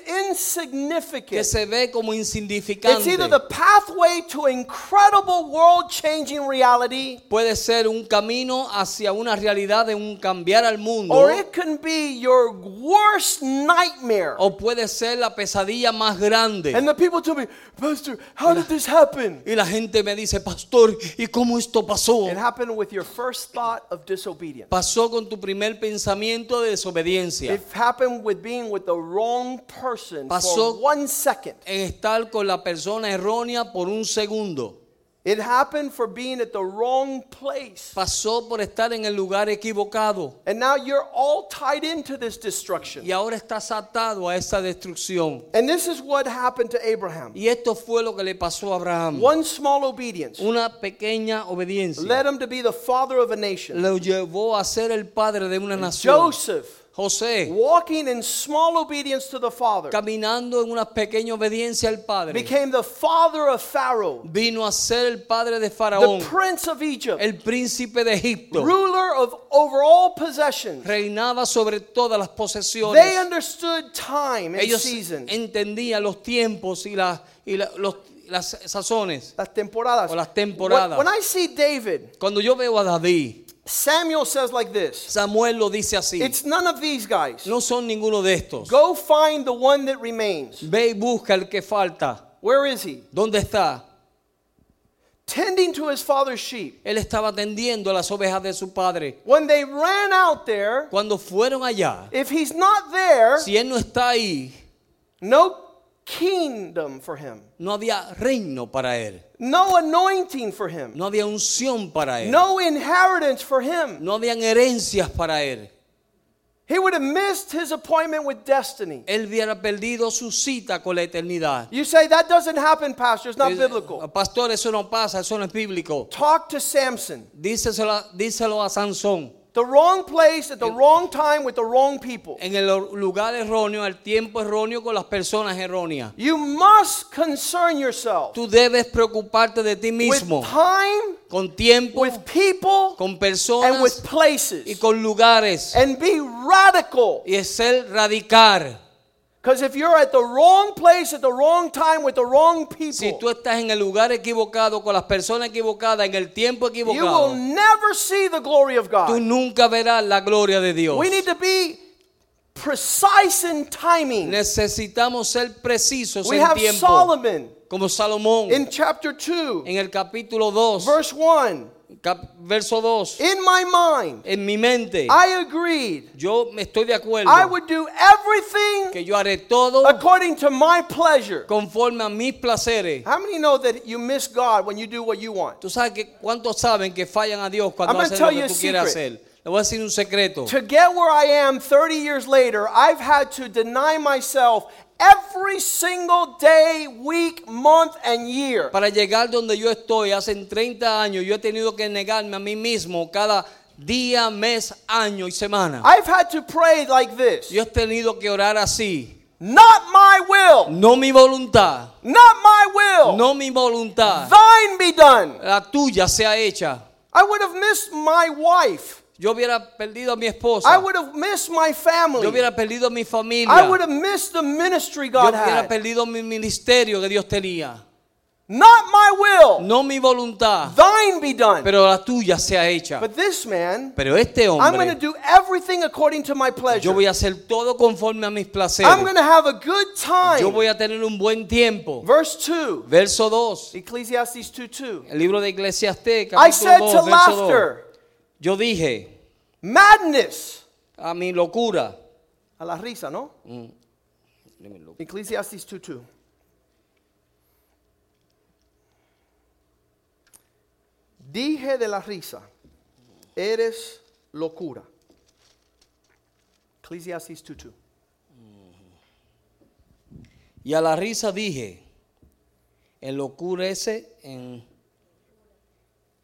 D: que
C: insignificant.
D: se ve como
C: It's either the
D: insignificante
C: pathway to incredible world-changing reality,
D: puede ser un camino hacia una realidad de un cambiar al mundo
C: or it can be your worst nightmare.
D: o puede ser la pesadilla más grande.
C: And the people tell me, Pastor, how did this happen?
D: Y la gente me dice, pastor, ¿y cómo esto pasó?
C: It happened with your first thought of disobedience.
D: Pasó con tu primer pensamiento de desobediencia.
C: It happened with being with the wrong person for
D: Pasó-
C: one second.
D: En estar con la persona errónea por un segundo.
C: It happened for being at the wrong place.
D: Pasó por estar en el lugar equivocado.
C: And now you're all tied into this destruction.
D: Y ahora estás atado a esa destrucción.
C: And this is what happened to Abraham.
D: Y esto fue lo que le pasó a Abraham.
C: One small obedience
D: Una pequeña obediencia
C: led him to be the father of a nation.
D: lo llevó a ser el padre de una nación.
C: Joseph,
D: José,
C: walking in small obedience to the father,
D: caminando en una pequeña obediencia al padre,
C: became the father of Pharaoh,
D: vino a ser el padre de
C: the
D: Faraón,
C: prince of Egypt.
D: el príncipe de Egipto.
C: ruler of over all possessions.
D: Reinaba sobre todas las
C: They
D: posesiones.
C: understood time and
D: Ellos
C: season,
D: entendían los tiempos y, la- y la- los- las sazones.
C: las temporadas.
D: o las temporadas.
C: When, when I see David,
D: Cuando yo veo a David,
C: Samuel says like this.
D: Samuel lo dice así.
C: It's none of these guys.
D: No son ninguno de estos.
C: Go find the one that remains.
D: Ve y busca el que falta.
C: Where is he?
D: ¿Dónde está?
C: Tending to his father's sheep.
D: Él estaba atendiendo a las ovejas de su padre.
C: When they ran out there,
D: Cuando fueron allá,
C: if he's not there,
D: si él no está ahí,
C: no kingdom for him.
D: no había reino para él.
C: No anointing for him.
D: No había unción para él.
C: No inheritance for him.
D: No habían herencias para él.
C: He would have missed his appointment with destiny.
D: Él hubiera perdido su cita con la eternidad.
C: You say that doesn't happen, Pastor. It's not
D: Dice,
C: biblical.
D: Pastor, eso no pasa, eso no es bíblico.
C: Talk to Samson.
D: Díselo a, díselo a Sansón.
C: The wrong place at the wrong time with the wrong people.
D: En el lugar erróneo, al tiempo erróneo, con las personas erróneas.
C: You must concern yourself
D: Tú debes preocuparte de ti
C: with
D: mismo.
C: time,
D: Con tiempo,
C: with people,
D: con
C: and with
D: personas y
C: places.
D: con lugares.
C: And be radical.
D: y es el radicar.
C: Because if you're at the wrong place at the wrong time with the wrong
D: Si tú
C: people,
D: estás en el lugar equivocado, con las personas equivocadas, en el tiempo
C: you will
D: equivocado,
C: never see the glory of
D: tú
C: God.
D: nunca verás la gloria de Dios.
C: We need to be precise in timing.
D: Necesitamos ser precisos
C: We
D: en
C: have
D: tiempo.
C: Solomon
D: Como Salomón
C: in chapter 2.
D: en el capítulo 2,
C: Verse 1
D: cap- verso 2.
C: In my mind,
D: En mi mente,
C: I agreed.
D: yo me estoy de acuerdo
C: I would do everything
D: que yo haré todo
C: according to my pleasure.
D: conforme a mis placeres.
C: How many know that you miss God when you do what you want?
D: Tú sabes que cuántos saben que fallan a Dios
C: I'm
D: cuando
C: gonna
D: hacen lo
C: tell you
D: que
C: a
D: tú quieres
C: secret.
D: hacer. Le voy a decir un secreto.
C: To get where I am 30 years later, I've had to deny myself every single day, week, month, and year.
D: Para llegar donde yo estoy, hace 30 años, yo he tenido que negarme a mí mismo cada día, mes, año y semana.
C: I've had to pray like this
D: Yo he tenido que orar así.
C: Not my will,
D: No mi voluntad,
C: not my will,
D: no mi voluntad,
C: thine be done.
D: la tuya sea hecha.
C: I would have missed my wife.
D: Yo hubiera perdido a mi
C: I
D: esposa,
C: would have missed my
D: yo
C: family.
D: hubiera perdido a mi familia,
C: I would
D: yo
C: have missed the ministry God
D: hubiera
C: had.
D: perdido mi ministerio que Dios tenía.
C: Not my will,
D: No mi voluntad,
C: thine be done.
D: pero la tuya sea hecha.
C: But this man,
D: Pero este
C: Pues, I'm going to
D: hombre,
C: do everything according to my
D: yo
C: pleasure.
D: voy a hacer todo conforme a mis placeres.
C: I'm going to have a good
D: Yo
C: time.
D: voy a tener un buen tiempo.
C: Verse 2,
D: Verso 2.
C: Ecclesiastes 2 2.
D: El libro de
C: I
D: Eclesiastés, capítulo
C: said to
D: 2, verso 2.
C: laughter,
D: Yo dije
C: madness.
D: a mi locura,
C: A la risa, ¿no? Ecclesiastes 2 2. Dije de la risa, eres locura. Ecclesiastes 2.2.
D: Y a la risa dije, enlocurece en,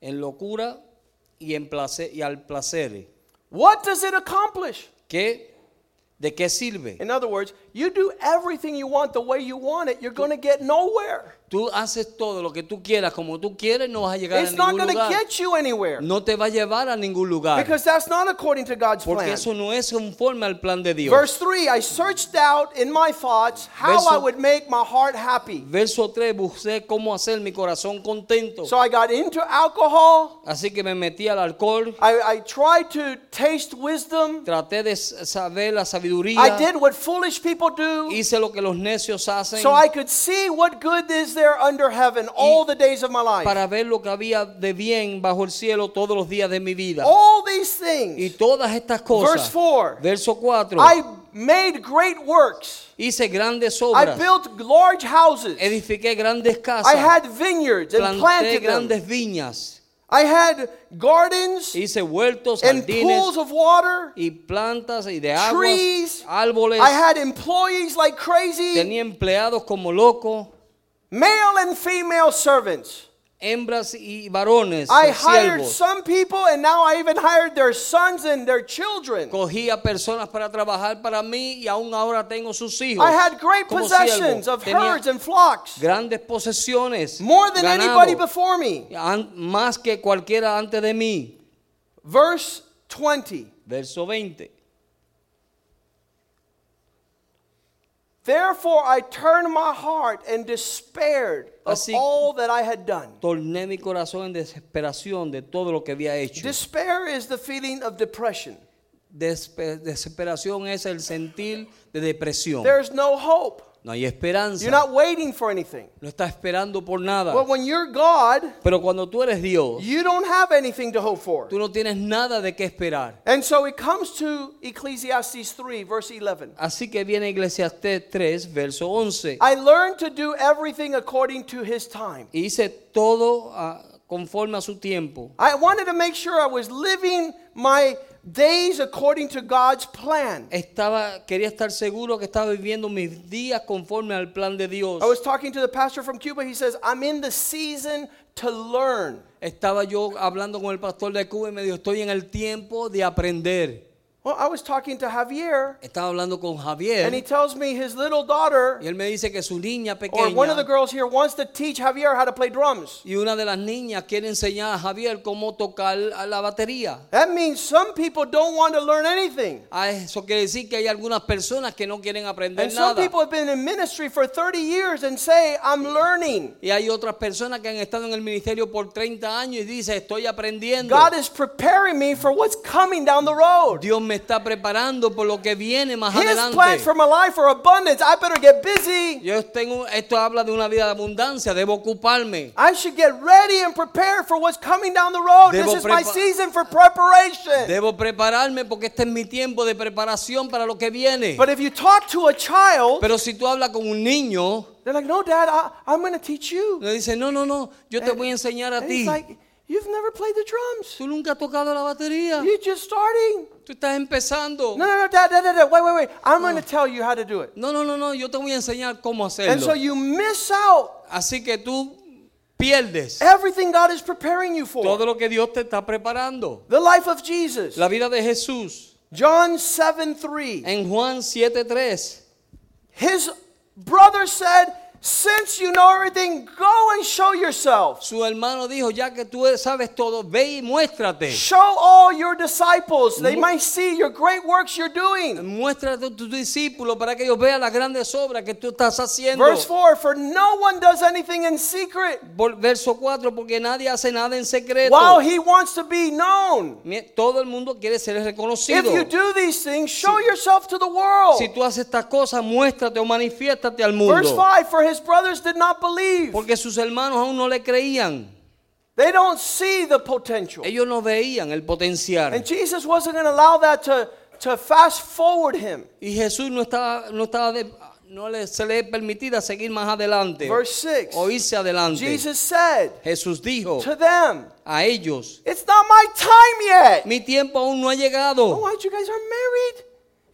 D: en locura y, en place- y al placer.
C: What does it accomplish?
D: ¿Qué? ¿De qué sirve?
C: In other words, you do everything you want the way you want it, you're going to get nowhere.
D: Tú haces todo lo que tú quieras, como tú quieres, no vas a llegar a
C: It's not
D: ningún
C: going to
D: lugar.
C: get you anywhere
D: No te va a llevar a ningún lugar.
C: because that's not according to God's
D: Porque
C: plan.
D: eso no es conforme al plan de Dios.
C: Verse 3 I searched out in my thoughts how I
D: Verso-
C: would make my heart happy.
D: Verso 3, busqué cómo hacer mi corazón contento.
C: So I got into alcohol.
D: Así que me metí al alcohol,
C: I, I tried to taste wisdom.
D: traté de s- saber la
C: I
D: sabiduría,
C: did what foolish people do.
D: hice lo que los necios hacen
C: So I could see what good is there under heaven all the days of my life.
D: para ver lo que había de bien bajo el cielo todos los días de mi vida.
C: All these
D: Y
C: things.
D: todas estas cosas.
C: Oh, Verse 4.
D: Verso 4.
C: I made great works.
D: Hice grandes
C: I
D: obras,
C: built large houses.
D: edifiqué grandes
C: I
D: casas,
C: had vineyards and
D: planté
C: planted them.
D: grandes viñas,
C: I had gardens
D: hice huertos,
C: and
D: jardines
C: pools of water.
D: y plantas y de aguas,
C: trees.
D: árboles.
C: I had employees like crazy,
D: Tenía empleados como locos,
C: male and female servants.
D: hembras y varones,
C: I hired
D: siervos.
C: some people and now I even hired their sons and their children.
D: Cogía personas para trabajar para mí y aún ahora tengo sus hijos.
C: I had great
D: como
C: possessions
D: siervo.
C: of
D: Tenía
C: herds and flocks,
D: grandes posesiones,
C: more than
D: ganado,
C: anybody before me.
D: an- más que cualquiera antes de mí.
C: Verse 20.
D: Verso 20.
C: Therefore I turned my heart and despaired of
D: Así-
C: all that I had done.
D: Torné mi corazón en desesperación de todo lo que había hecho.
C: Despair is the feeling of depression.
D: Despe- desesperación es el sentir de depresión.
C: There's no hope.
D: No hay esperanza.
C: You're not waiting for anything.
D: No estás esperando por nada.
C: But when you're God,
D: Pero cuando tú eres Dios,
C: You don't have anything to hope for.
D: tú no tienes nada de qué esperar.
C: And so it comes to Ecclesiastes 3, verse 11.
D: Así que viene Eclesiastés 3, verso 11.
C: I learned to do everything according to his time.
D: Hice todo ah, conforme a su tiempo.
C: I wanted to make sure I was living my days according to God's plan.
D: Estaba, quería estar seguro que estaba viviendo mis días conforme al plan de Dios.
C: I was talking to the pastor from Cuba. He says, I'm in the season to learn.
D: Estaba yo hablando con el pastor de Cuba y me dijo, estoy en el tiempo de aprender.
C: Well, I was talking to Javier,
D: Estaba hablando con
C: and he
D: Javier
C: tells me his little daughter,
D: y él me dice que su niña
C: or one of the
D: pequeña
C: girls here, wants to teach Javier how to play drums.
D: y una de las niñas quiere enseñar a Javier cómo tocar a la batería.
C: That means some people don't want to learn anything.
D: Ah, Eso quiere decir que hay algunas personas que no quieren aprender
C: And some
D: nada.
C: people have been in ministry for 30 years and say, I'm learning.
D: Y hay otras personas que han estado en el ministerio por 30 años y dicen, estoy aprendiendo.
C: God is preparing me for what's coming down the road.
D: Dios me está preparando por lo que viene más
C: His plans
D: adelante.
C: for my life are abundance. I better get busy.
D: Yo tengo, esto habla de una vida de abundancia, debo ocuparme.
C: I should get ready and prepare for what's coming down the road. This
D: Debo
C: is my
D: prepa-
C: season for preparation.
D: Debo prepararme porque este es mi tiempo de preparación para lo que viene.
C: But if you talk to a child,
D: Pero si tú hablas con un niño,
C: they're like, No, Dad, I, I'm going to teach you.
D: le dices, no, no, no, yo te voy a enseñar a
C: And
D: ti.
C: it's like, You've never played the drums.
D: Tú nunca has tocado la batería.
C: You're just starting.
D: Tú estás empezando.
C: No, no, no, Dad, Dad, Dad, Dad, wait, wait, wait. I'm going to tell you how to do it.
D: No, no, no, no, yo te voy a enseñar cómo
C: And so
D: hacerlo.
C: you miss out
D: Así que tú pierdes
C: Everything God is preparing you
D: todo
C: for.
D: lo que Dios te está preparando.
C: The life of Jesus.
D: La vida de Jesús
C: John 7 3.
D: en Juan 7:3.
C: His brother said, Since you know everything, go and show yourself.
D: Su hermano dijo, ya que tú sabes todo, ve y muéstrate.
C: Show all your disciples. They might see your great works you're
D: Mm-hmm.
C: doing.
D: Muéstrate a tus discípulos para que ellos vean las grandes obras que tú estás haciendo.
C: Verse 4 For no one does anything in secret.
D: Vol- Verso 4, porque nadie hace nada en secreto.
C: Wow, he wants to be known.
D: Mi- Todo el mundo quiere ser reconocido.
C: If you do these things, show yourself to the world.
D: Si tú haces estas cosas, muéstrate o manifiéstate al
C: Verse
D: mundo.
C: 5 For his brothers did not believe,
D: Porque sus hermanos aún no le creían.
C: they don't see the potential.
D: Ellos no veían el potencial.
C: And Jesus
D: Mm-hmm.
C: wasn't going to allow that to, to fast forward him.
D: Y Jesús no estaba, no estaba de- no le, se le es permitida seguir más adelante
C: Verse 6.
D: o irse adelante.
C: Jesus said
D: Jesús dijo
C: to them,
D: a ellos,
C: It's not my time yet.
D: mi tiempo aún no ha
C: Oh,
D: llegado.
C: why you guys aren't married?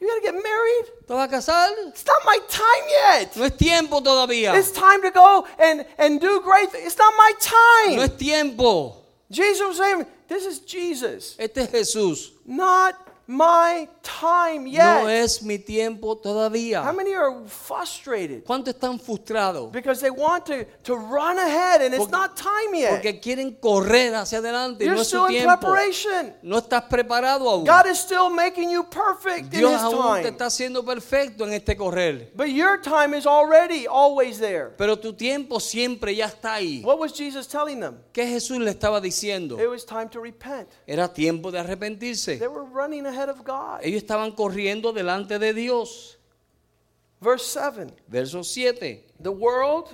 C: You gotta get married.
D: ¿Te vas a casar?
C: It's not my time yet.
D: No es tiempo todavía.
C: It's time to go and, and do great things. It's not my time.
D: No es tiempo.
C: Jesus was saying, This is Jesus.
D: Este es Jesús.
C: Not my time yet.
D: No es mi tiempo
C: How
D: todavía.
C: many are frustrated
D: ¿Cuántos están frustrados?
C: because they want to, to run ahead and it's
D: Porque-
C: not time yet?
D: Porque quieren correr hacia adelante. y
C: You're
D: No es su
C: still in
D: tiempo.
C: preparation.
D: No estás preparado aún.
C: God is still making you perfect in
D: Dios
C: His
D: aún te
C: time.
D: está haciendo perfecto en este correr.
C: But your time is already always there.
D: Pero tu tiempo siempre ya está ahí.
C: What was Jesus telling them?
D: ¿Qué Jesús le estaba diciendo?
C: It was time to repent.
D: Era tiempo de arrepentirse.
C: They were running ahead of God.
D: Ellos estaban corriendo delante de Dios.
C: Verse 7
D: Verso 7.
C: The world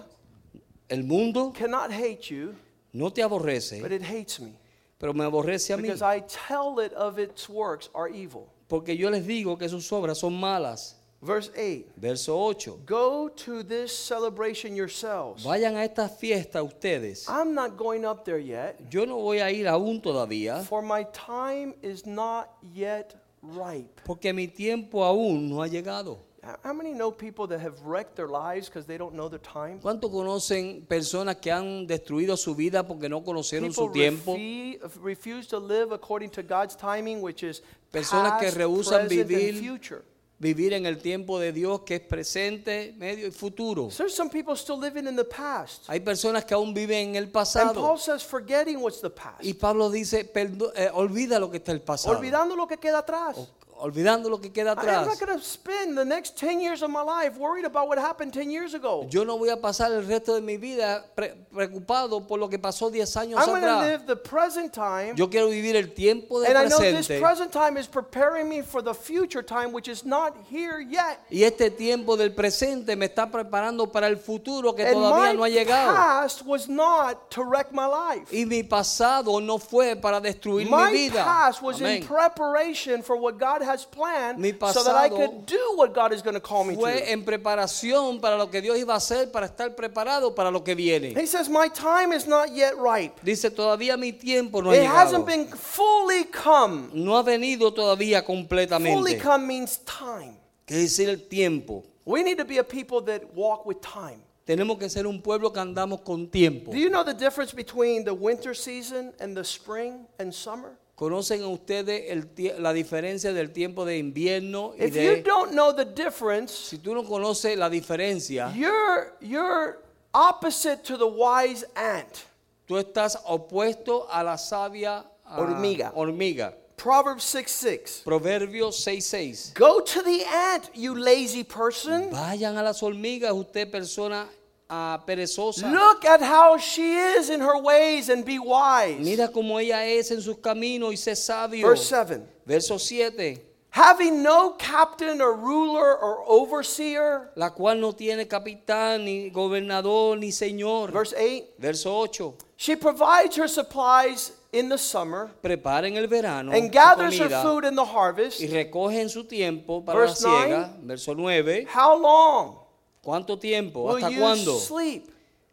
D: El mundo
C: cannot hate you,
D: no te
C: but
D: aborrece,
C: it hates me.
D: pero me aborrece a mí.
C: Because I tell it of its works are evil.
D: Porque yo les digo que sus obras son malas.
C: Verse 8
D: Verso 8.
C: Go to this celebration yourselves.
D: Vayan a esta fiesta ustedes.
C: I'm not going up there yet,
D: Yo no voy a ir aún todavía,
C: for my time is not yet ripe.
D: porque mi tiempo aún no ha llegado.
C: How- How many know people that have wrecked their lives because they don't know their time?
D: ¿Cuánto conocen personas que han destruido su vida porque no conocieron
C: People
D: su tiempo?
C: refi- refuse to live according to God's timing, which is
D: Personas que
C: past,
D: rehúsan
C: present,
D: vivir.
C: and future.
D: Vivir en el tiempo de Dios que es presente, medio y futuro.
C: So there's some people still living in the past.
D: Hay personas que aún viven en el
C: And Paul
D: pasado.
C: says, forgetting what's the past.
D: Y Pablo dice, "Perdo- eh, olvida lo que está el pasado.
C: Olvidando lo que queda atrás.
D: Olvidando lo que queda
C: I'm
D: atrás.
C: not going to spend the next 10 years of my life worried about what happened 10 years ago.
D: Yo no voy a pasar el resto de mi vida pre- preocupado por lo que pasó 10 años
C: I'm going to
D: atrás.
C: live the present time.
D: Yo quiero vivir el tiempo del
C: And I know this
D: presente.
C: present time is preparing me for the future time, which is not here yet.
D: Y este tiempo del presente me está preparando para el futuro que
C: And
D: todavía
C: my
D: no ha llegado.
C: past was not to wreck my life.
D: Y mi pasado no fue para destruir mi
C: My
D: vida.
C: past was
D: Amén.
C: in preparation for what God has planned
D: Mi
C: so that I
D: pasado
C: could do what God is going to call me
D: Fue
C: to.
D: en preparación para lo que Dios iba a hacer, para estar preparado para lo que viene.
C: He says, My time is not yet ripe.
D: Dice, todavía mi tiempo no ha
C: It hasn't been
D: llegado.
C: fully come.
D: No ha venido todavía
C: Fully
D: completamente.
C: come means time.
D: ¿Qué decir el tiempo?
C: We need to be a people that walk with time.
D: Tenemos que ser un pueblo que andamos con tiempo.
C: Do you know the difference between the winter season and the spring and summer?
D: ¿Conocen ustedes el tie- la diferencia del tiempo de invierno y
C: If
D: de...
C: you don't know the difference,
D: Si tú no conoces la diferencia,
C: you're you're opposite to the wise ant.
D: tú estás opuesto a la sabia ah,
C: Hormiga.
D: hormiga.
C: Proverbs 6 6.
D: Proverbios 6.6.
C: Go to the ant, you lazy person.
D: Vayan a las hormigas, usted persona ah, perezosa.
C: Look at how she is in her ways and be wise.
D: Mira cómo ella es en sus caminos y sé sabio.
C: Verse 7.
D: Verso 7.
C: Having no captain or ruler or overseer.
D: La cual no tiene capitán, ni gobernador, ni señor.
C: Verse 8.
D: Verso 8.
C: She provides her supplies in the summer
D: Preparen el verano
C: and
D: su
C: gathers her
D: comida,
C: food in the harvest.
D: y recogen su tiempo para
C: Verse
D: la
C: nine.
D: siega. Verso 9.
C: How long
D: ¿Cuánto tiempo?
C: will
D: ¿Hasta
C: you
D: cuándo?
C: sleep?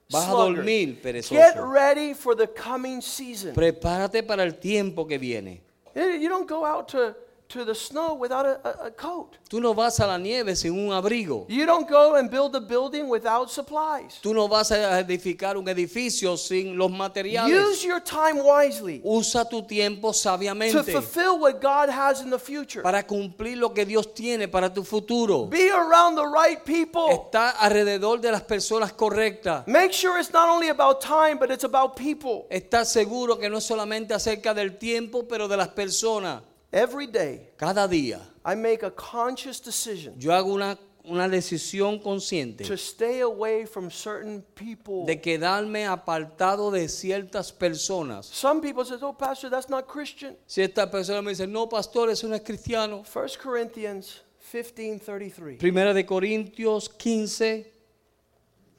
D: Vas a
C: sluggard?
D: dormir, perezoso.
C: Get ready for the coming season.
D: Prepárate para el tiempo que viene.
C: You you don't go out to, to the snow without a, a- a coat.
D: Tú no vas a la nieve sin un abrigo.
C: You don't go and build a building without supplies.
D: Tú no vas a edificar un edificio sin los materiales.
C: Use your time wisely
D: Usa tu tiempo
C: to
D: sabiamente
C: fulfill what God has in the future.
D: para cumplir lo que Dios tiene para tu futuro.
C: Be around the right people.
D: Está alrededor de las personas correctas.
C: Make sure it's not only about time, but it's about people.
D: Está seguro que no es solamente acerca del tiempo, pero de las personas.
C: Every day,
D: Cada día
C: I make a conscious decision
D: yo hago una, una decisión consciente
C: to stay away from certain people.
D: de quedarme apartado de ciertas personas.
C: Some people say, oh, Pastor, that's not Christian.
D: Si esta persona me dice, no, pastor, eso no es cristiano.
C: 1 Corinthians 15 33.
D: Primera de Corintios 15,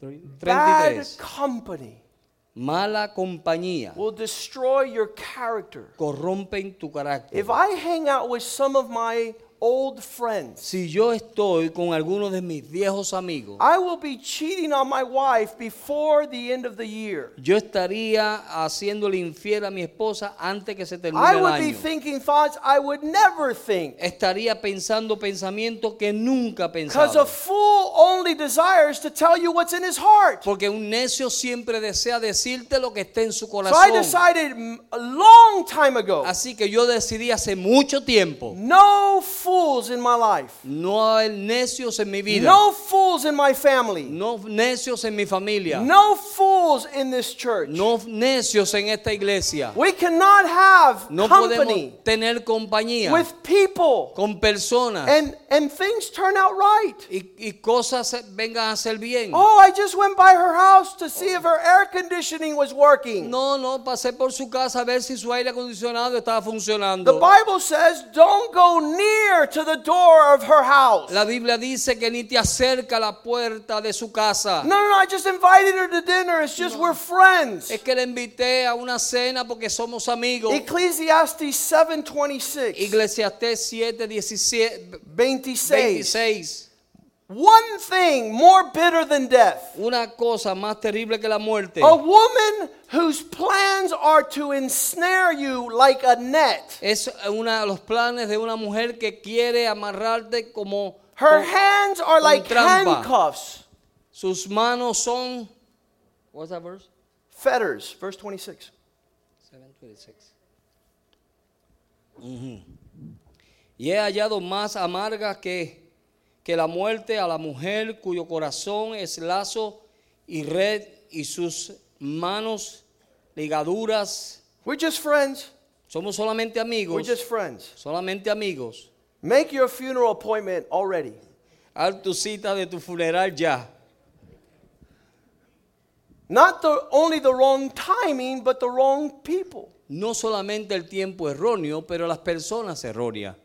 D: 33.
C: Bad company
D: Mala compañía
C: will destroy your character.
D: corrompen tu carácter.
C: If I hang out with some of my old friends,
D: Si yo estoy con algunos de mis viejos amigos,
C: I will be cheating on my wife before the end of the year.
D: yo estaría haciéndole infiel a mi esposa antes que se termine
C: I
D: el
C: would be
D: año.
C: thinking thoughts I would never think.
D: Estaría pensando pensamientos que nunca
C: Because a
D: pensaba.
C: fool only desires to tell you what's in his heart.
D: Porque un necio siempre desea decirte lo que está en su
C: So I
D: corazón.
C: decided mm, a long time ago
D: Así que yo decidí hace mucho tiempo
C: no fools in my life,
D: no haber necios en mi vida,
C: no fools in my family,
D: no necios en mi familia,
C: no fools in this church.
D: no necios en esta iglesia.
C: We cannot have
D: No
C: company
D: podemos tener compañía
C: with Eh. people
D: con personas
C: and, and things turn out right.
D: y, y cosas se- vengan a ser bien.
C: Oh, I just went by her house to see if her air conditioning was working.
D: No, no, pasé por su casa a ver si su aire acondicionado estaba
C: The
D: funcionando.
C: Bible says, don't go near to the door of her house.
D: La Biblia dice que ni te acerca a la puerta de su casa.
C: No, no, no, I just invited her to dinner. It's just we're friends.
D: Es que le invité a una cena porque somos amigos.
C: Ecclesiastes 7:26.
D: Eclesiastés 7, 17,
C: 26.
D: 26.
C: One thing more bitter than death.
D: Una cosa más terrible que la muerte.
C: A woman whose plans are to ensnare you like a net.
D: Es uno de los planes de una mujer que quiere amarrarte como
C: Her
D: con-
C: hands are like
D: trampa.
C: handcuffs.
D: sus manos son. What's that verse?
C: Fetters, verse 26.
D: 7:26. Ujú. Y he hallado más amarga que, que la muerte a la mujer cuyo corazón es lazo y red y sus manos ligaduras.
C: We're just friends.
D: Somos solamente
C: We're
D: amigos.
C: just friends.
D: Solamente amigos.
C: Make your funeral appointment already.
D: Haz tu cita de tu funeral ya.
C: Not the only the wrong timing, but the wrong people.
D: No solamente el tiempo erróneo, pero las personas erróneas.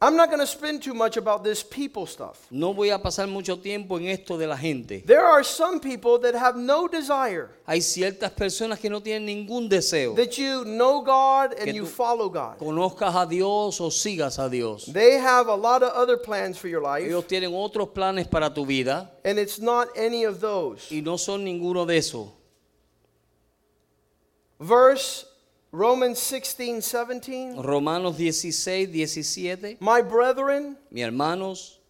C: I'm not going to spend too much about this people stuff.
D: No voy a pasar mucho tiempo en esto de la gente.
C: There are some people that have no desire
D: Hay ciertas personas que no tienen ningún deseo.
C: that you know God and
D: Que
C: you
D: tú-
C: follow God.
D: Conozcas a Dios o sigas a Dios.
C: They have a lot of other plans for your life,
D: Ellos tienen otros planes para tu vida
C: and it's not any of those.
D: y no son ninguno de esos.
C: Verse Romans 16
D: Oh.
C: 17.
D: Romanos 16, 17.
C: My brethren,
D: Mis hermanos,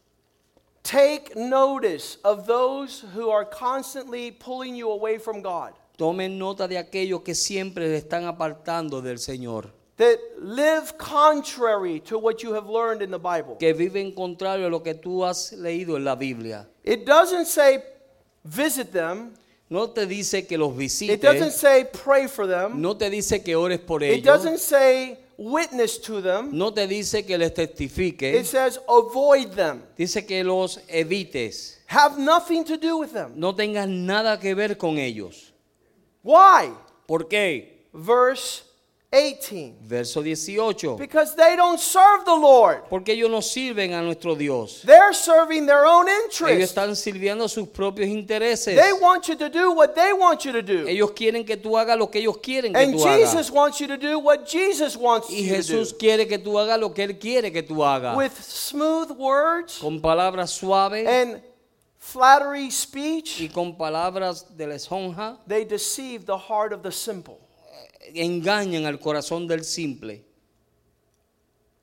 C: take notice of those who are constantly pulling you away from God,
D: tomen nota de aquellos que siempre le están apartando del Señor.
C: that live contrary to what you have learned in the Bible.
D: que viven contrario a lo que tú has leído en la Biblia.
C: It doesn't say visit them,
D: No te dice que los
C: it doesn't
D: visites,
C: say pray for them.
D: no te dice que ores por
C: It
D: ellos,
C: doesn't say witness to them.
D: no te dice que les
C: It
D: testifiques,
C: says avoid them.
D: dice que los evites,
C: Have nothing to do with them.
D: no tengas nada que ver con ellos.
C: Why?
D: ¿Por qué?
C: Verse 18.
D: Verso 18.
C: Because they don't serve the Lord.
D: Porque ellos no sirven a nuestro Dios.
C: They're serving their own
D: Ellos
C: interests.
D: están sirviendo a sus propios intereses.
C: They want you to do what they want you to do.
D: Ellos quieren que tú hagas lo que ellos quieren que
C: And
D: tú hagas.
C: Jesus wants you to do what Jesus wants
D: Y
C: you to do.
D: Jesús quiere que tú hagas lo que Él quiere que tú hagas.
C: With smooth words
D: Con palabras suaves.
C: and flattery
D: y
C: speech,
D: con palabras de lisonja
C: they deceive the heart of the simple.
D: engañan al corazón del simple.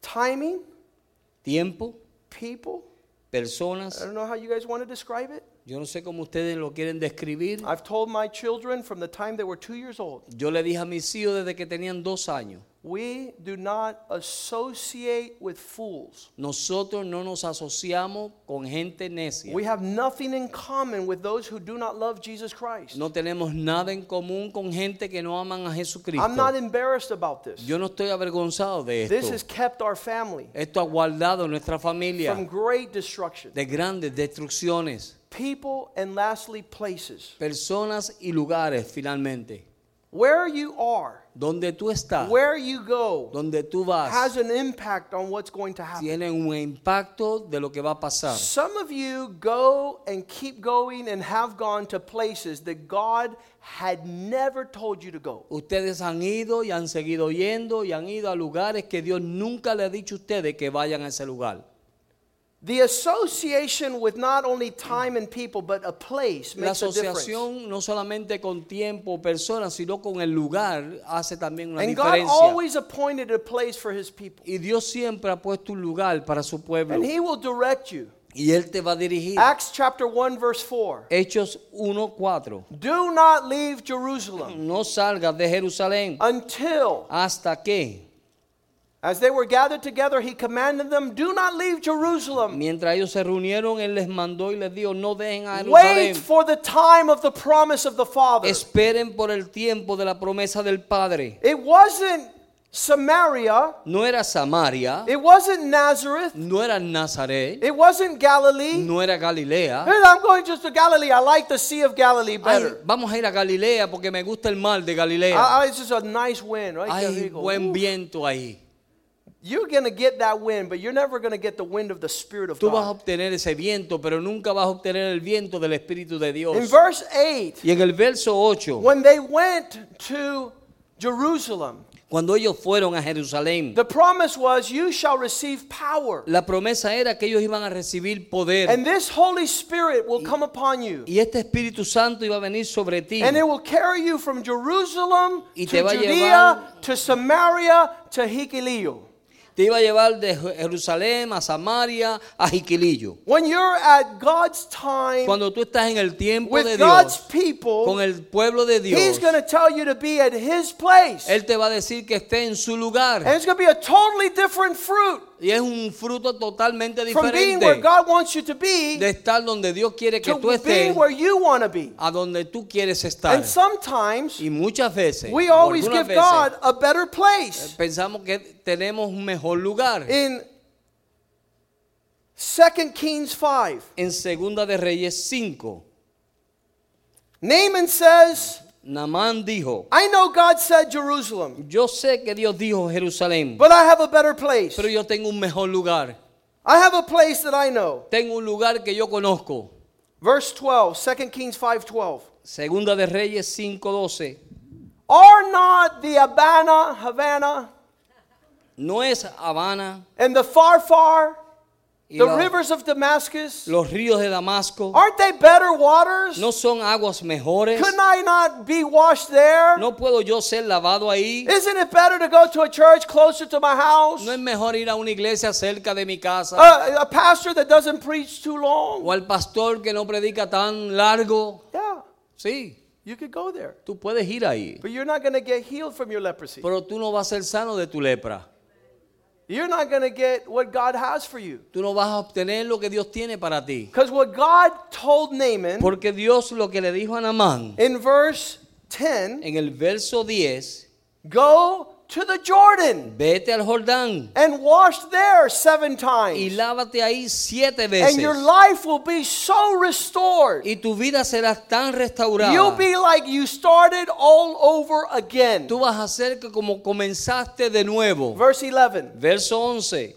C: Timing,
D: Tiempo,
C: people, I
D: personas,
C: don't know how you guys want to describe it.
D: yo no sé cómo ustedes lo quieren describir.
C: I've told my children from the time they were two years old,
D: Yo le dije a mis hijos desde que tenían dos años,
C: we do not associate with fools.
D: nosotros no nos asociamos con gente necia.
C: We have nothing in common with those who do not love Jesus Christ.
D: No tenemos nada en común con gente que no aman a Jesucristo.
C: I'm not embarrassed about this.
D: Yo no estoy avergonzado de
C: This has
D: esto.
C: kept our family
D: Esto ha guardado nuestra
C: from
D: familia
C: great destruction.
D: de grandes destrucciones.
C: People and lastly, places.
D: Personas y lugares finalmente.
C: Where you are
D: Donde tú estás,
C: Where you go
D: donde tú vas,
C: has an impact on what's going to happen.
D: tiene un impacto de lo que va a pasar.
C: Some of you go and keep going and have gone to places that God had never told you to go.
D: Ustedes han ido y han seguido yendo y han ido a lugares que Dios nunca le ha dicho a ustedes que vayan a ese lugar.
C: The association with not only time and people, but a place
D: La
C: makes a difference.
D: asociación no solamente con tiempo o personas, sino con el lugar hace también una
C: And God
D: diferencia.
C: always appointed a place for his people.
D: Y Dios siempre ha puesto un lugar para su pueblo.
C: And he will direct you.
D: Y Él te va a dirigir.
C: Acts chapter 1 verse 4.
D: Hechos 1.4.
C: Do not leave Jerusalem
D: No salgas de Jerusalén
C: until
D: hasta que,
C: as they were gathered together he commanded them, do not leave Jerusalem.
D: mientras ellos se reunieron, Él les mandó y les dijo, no dejen a
C: Wait
D: Jerusalén.
C: for the time of the promise of the Father.
D: Esperen por el tiempo de la promesa del Padre.
C: It wasn't Samaria,
D: No era Samaria,
C: it wasn't Nazareth,
D: no era Nazaret,
C: it wasn't Galilee.
D: no era
C: Hey,
D: Galilea.
C: I'm going just to Galilee. I like the Sea of Galilee
D: Ay,
C: better.
D: vamos a ir a Galilea porque me gusta el mar de Galilea.
C: Ah, ah, it's just a nice wind, right?
D: Hay
C: Rico.
D: buen
C: Ooh.
D: viento ahí.
C: You're going to get that wind, but you're never going to get the wind of the Spirit of
D: Tú vas a
C: God.
D: obtener ese viento, pero nunca vas a obtener el viento del Espíritu de
C: In
D: Dios.
C: verse 8,
D: Y en el verso 8,
C: when they went to Jerusalem,
D: cuando ellos fueron a Jerusalén,
C: the promise was, You shall receive power,
D: la promesa era que ellos iban a recibir poder.
C: and this Holy Spirit will come upon you,
D: Y este Espíritu Santo iba a venir sobre ti.
C: and it will carry you from Jerusalem
D: Y
C: to
D: te va a
C: Judea
D: llevar-
C: to Samaria to Hikilio.
D: Te iba a llevar de Je- Jerusalén a Samaria, a Jiquilillo.
C: When you're at God's time
D: Cuando tú estás en el tiempo de
C: with God's
D: Dios,
C: people,
D: con el pueblo de
C: He's
D: Dios,
C: going to tell you to be at His place.
D: Él te va a decir que esté en su
C: And
D: lugar.
C: it's going to be a totally different fruit
D: Y es un fruto totalmente
C: from being where
D: diferente
C: God wants you to be
D: de estar donde Dios quiere que tú
C: to
D: estés,
C: being where you want to be.
D: a donde tú quieres estar.
C: And sometimes
D: Y muchas veces,
C: we
D: o
C: always
D: algunas
C: give
D: veces,
C: God a better place.
D: pensamos que tenemos un mejor lugar.
C: In 2 Kings 5,
D: En Segunda de Reyes 5,
C: Naaman says,
D: Namán dijo,
C: I know God said Jerusalem,
D: yo sé que Dios dijo Jerusalén,
C: but I have a better place.
D: pero yo tengo un mejor lugar.
C: I have a place that I know.
D: Tengo un lugar que yo conozco.
C: Verse 12, 2 Kings 5:12.
D: Segunda de Reyes 5:12.
C: Are not the Abana, Havana,
D: No es Habana,
C: and the Farfar,
D: y
C: the
D: la-
C: rivers of Damascus,
D: los ríos de Damasco
C: Aren't they better waters?
D: no son aguas mejores.
C: Couldn't Oh, I not be washed there?
D: No puedo yo ser lavado ahí.
C: not it better to go to a church closer to my house?
D: No es mejor ir a una iglesia cerca de mi casa
C: A, a pastor that doesn't preach too long?
D: o al pastor que no predica tan largo.
C: Yeah,
D: Sí,
C: you could go there.
D: tú puedes ir ahí,
C: But you're not going to get healed from your leprosy.
D: pero tú no vas a ser sano de tu lepra.
C: You're not going to get what God has for you.
D: Tú no vas a obtener lo que Dios tiene para ti.
C: Because what God told Naaman
D: Porque Dios lo que le dijo a Namán
C: in verse 10
D: en el verso 10,
C: go to the Jordan
D: vete al Jordán
C: and wash there seven
D: y
C: times,
D: lávate ahí siete
C: and
D: veces.
C: your life will be so restored.
D: Y tu vida será tan
C: You'll
D: restaurada.
C: be like you started all over again.
D: Tú vas a hacer que como comenzaste de nuevo.
C: Verse 11.
D: Verso 11.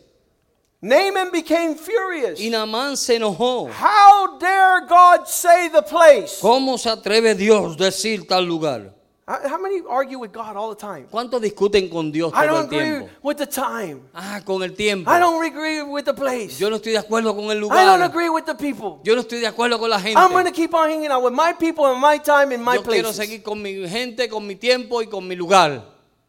C: Naaman became furious.
D: Y Namán se enojó.
C: How dare God say the place?
D: ¿Cómo se atreve Dios decir tal lugar?
C: How how many argue with God all the time?
D: ¿Cuántos discuten con Dios
C: I
D: todo
C: don't
D: el
C: agree
D: tiempo?
C: with the time.
D: Ah, con el tiempo.
C: I don't agree with the place.
D: Yo no estoy de acuerdo con el
C: I don't
D: lugar.
C: agree with the people.
D: Yo no estoy de acuerdo con la
C: I'm going to
D: gente.
C: keep on hanging out with my people and my time and my
D: Yo quiero
C: place.
D: seguir con mi gente, con mi tiempo y con mi lugar.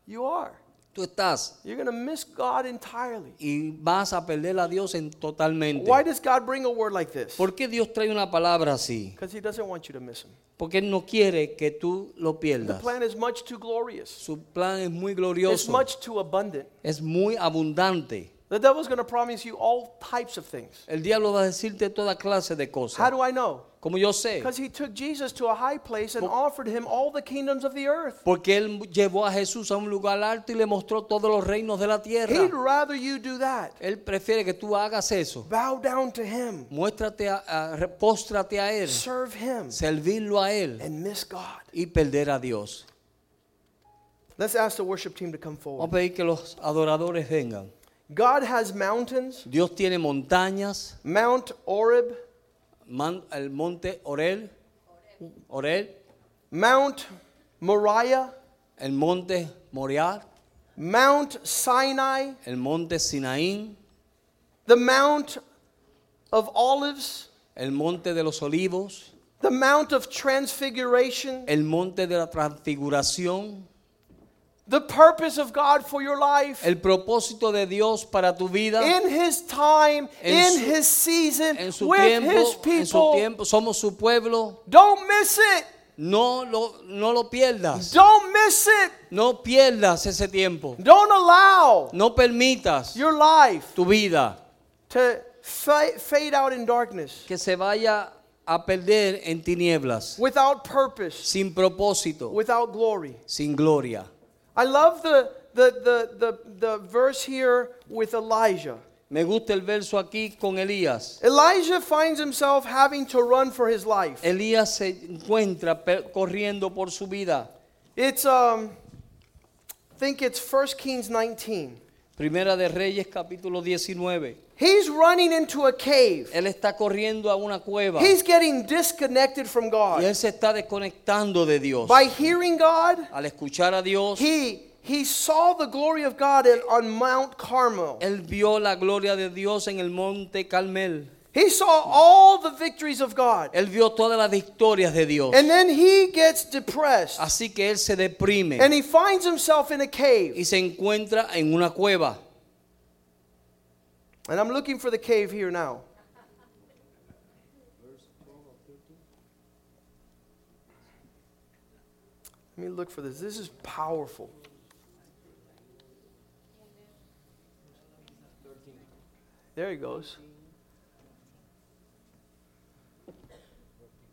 C: You are.
D: Tú estás
C: You're going to miss God entirely.
D: y vas a perder a Dios en totalmente.
C: Why does God bring a word like this?
D: ¿Por qué Dios trae una palabra así?
C: Because He doesn't want you to miss Him.
D: Porque Él no quiere que tú lo
C: The
D: pierdas.
C: plan is much too glorious.
D: Su plan es muy
C: It's
D: glorioso,
C: much too abundant.
D: es muy abundante.
C: The devil's going to promise you all types of things.
D: El diablo va a decirte toda clase de
C: How
D: cosas.
C: do I know?
D: Como yo sé,
C: Because he took Jesus to a high place and offered him all the kingdoms of the earth.
D: porque Él llevó a Jesús a un lugar alto y le mostró todos los reinos de la
C: He'd
D: tierra.
C: rather you do that.
D: Él prefiere que tú hagas eso.
C: Bow down to him,
D: Muéstrate, a, a- re- póstrate a Él,
C: serve him,
D: servirlo a Él
C: and miss God.
D: y perder a Dios.
C: Let's ask the worship team to come
D: Vamos
C: forward.
D: a pedir que los adoradores vengan.
C: God has mountains,
D: Dios tiene montañas,
C: Mount Oreb,
D: man- el monte Orel, Orel,
C: Mount Moriah,
D: el monte Moriar,
C: Mount Sinai,
D: el monte Sinaín,
C: the Mount of Olives,
D: el monte de los olivos,
C: the Mount of Transfiguration.
D: el monte de la transfiguración,
C: The purpose of God for your life.
D: el propósito de Dios para tu vida.
C: in his time,
D: En
C: in
D: su-
C: his season,
D: en su
C: with his
D: tiempo, en su
C: people.
D: tiempo, somos su pueblo.
C: Don't miss it.
D: No lo, no lo pierdas.
C: Don't miss it.
D: No pierdas ese tiempo.
C: Don't allow
D: No permitas
C: your life
D: tu vida
C: to fa- fade out in darkness
D: que se vaya a perder en tinieblas,
C: without purpose,
D: sin propósito,
C: without glory.
D: sin gloria.
C: I love the, the, the, the, the verse here with Elijah.
D: Me gusta el verso aquí con Elías.
C: Elijah finds himself having to run for his life.
D: Elías se encuentra pe- corriendo por su vida.
C: It's, um, I think it's 1 Kings 19.
D: Primera de Reyes capítulo 19.
C: He's running into a cave.
D: Él está corriendo a una cueva
C: He's getting disconnected from
D: y él
C: God.
D: se está desconectando de Dios.
C: By hearing God,
D: Al escuchar a Dios,
C: he he saw the glory of God in- on Mount Carmel.
D: él vio la gloria de Dios en el monte Carmel.
C: He saw all the victories of God.
D: Él vio todas las victorias de Dios.
C: And then he gets depressed
D: Así que él se deprime
C: and he finds himself in a
D: y
C: cave.
D: se encuentra en una cueva.
C: And I'm looking for the cave here now. Let me look for this. This is powerful. There he goes.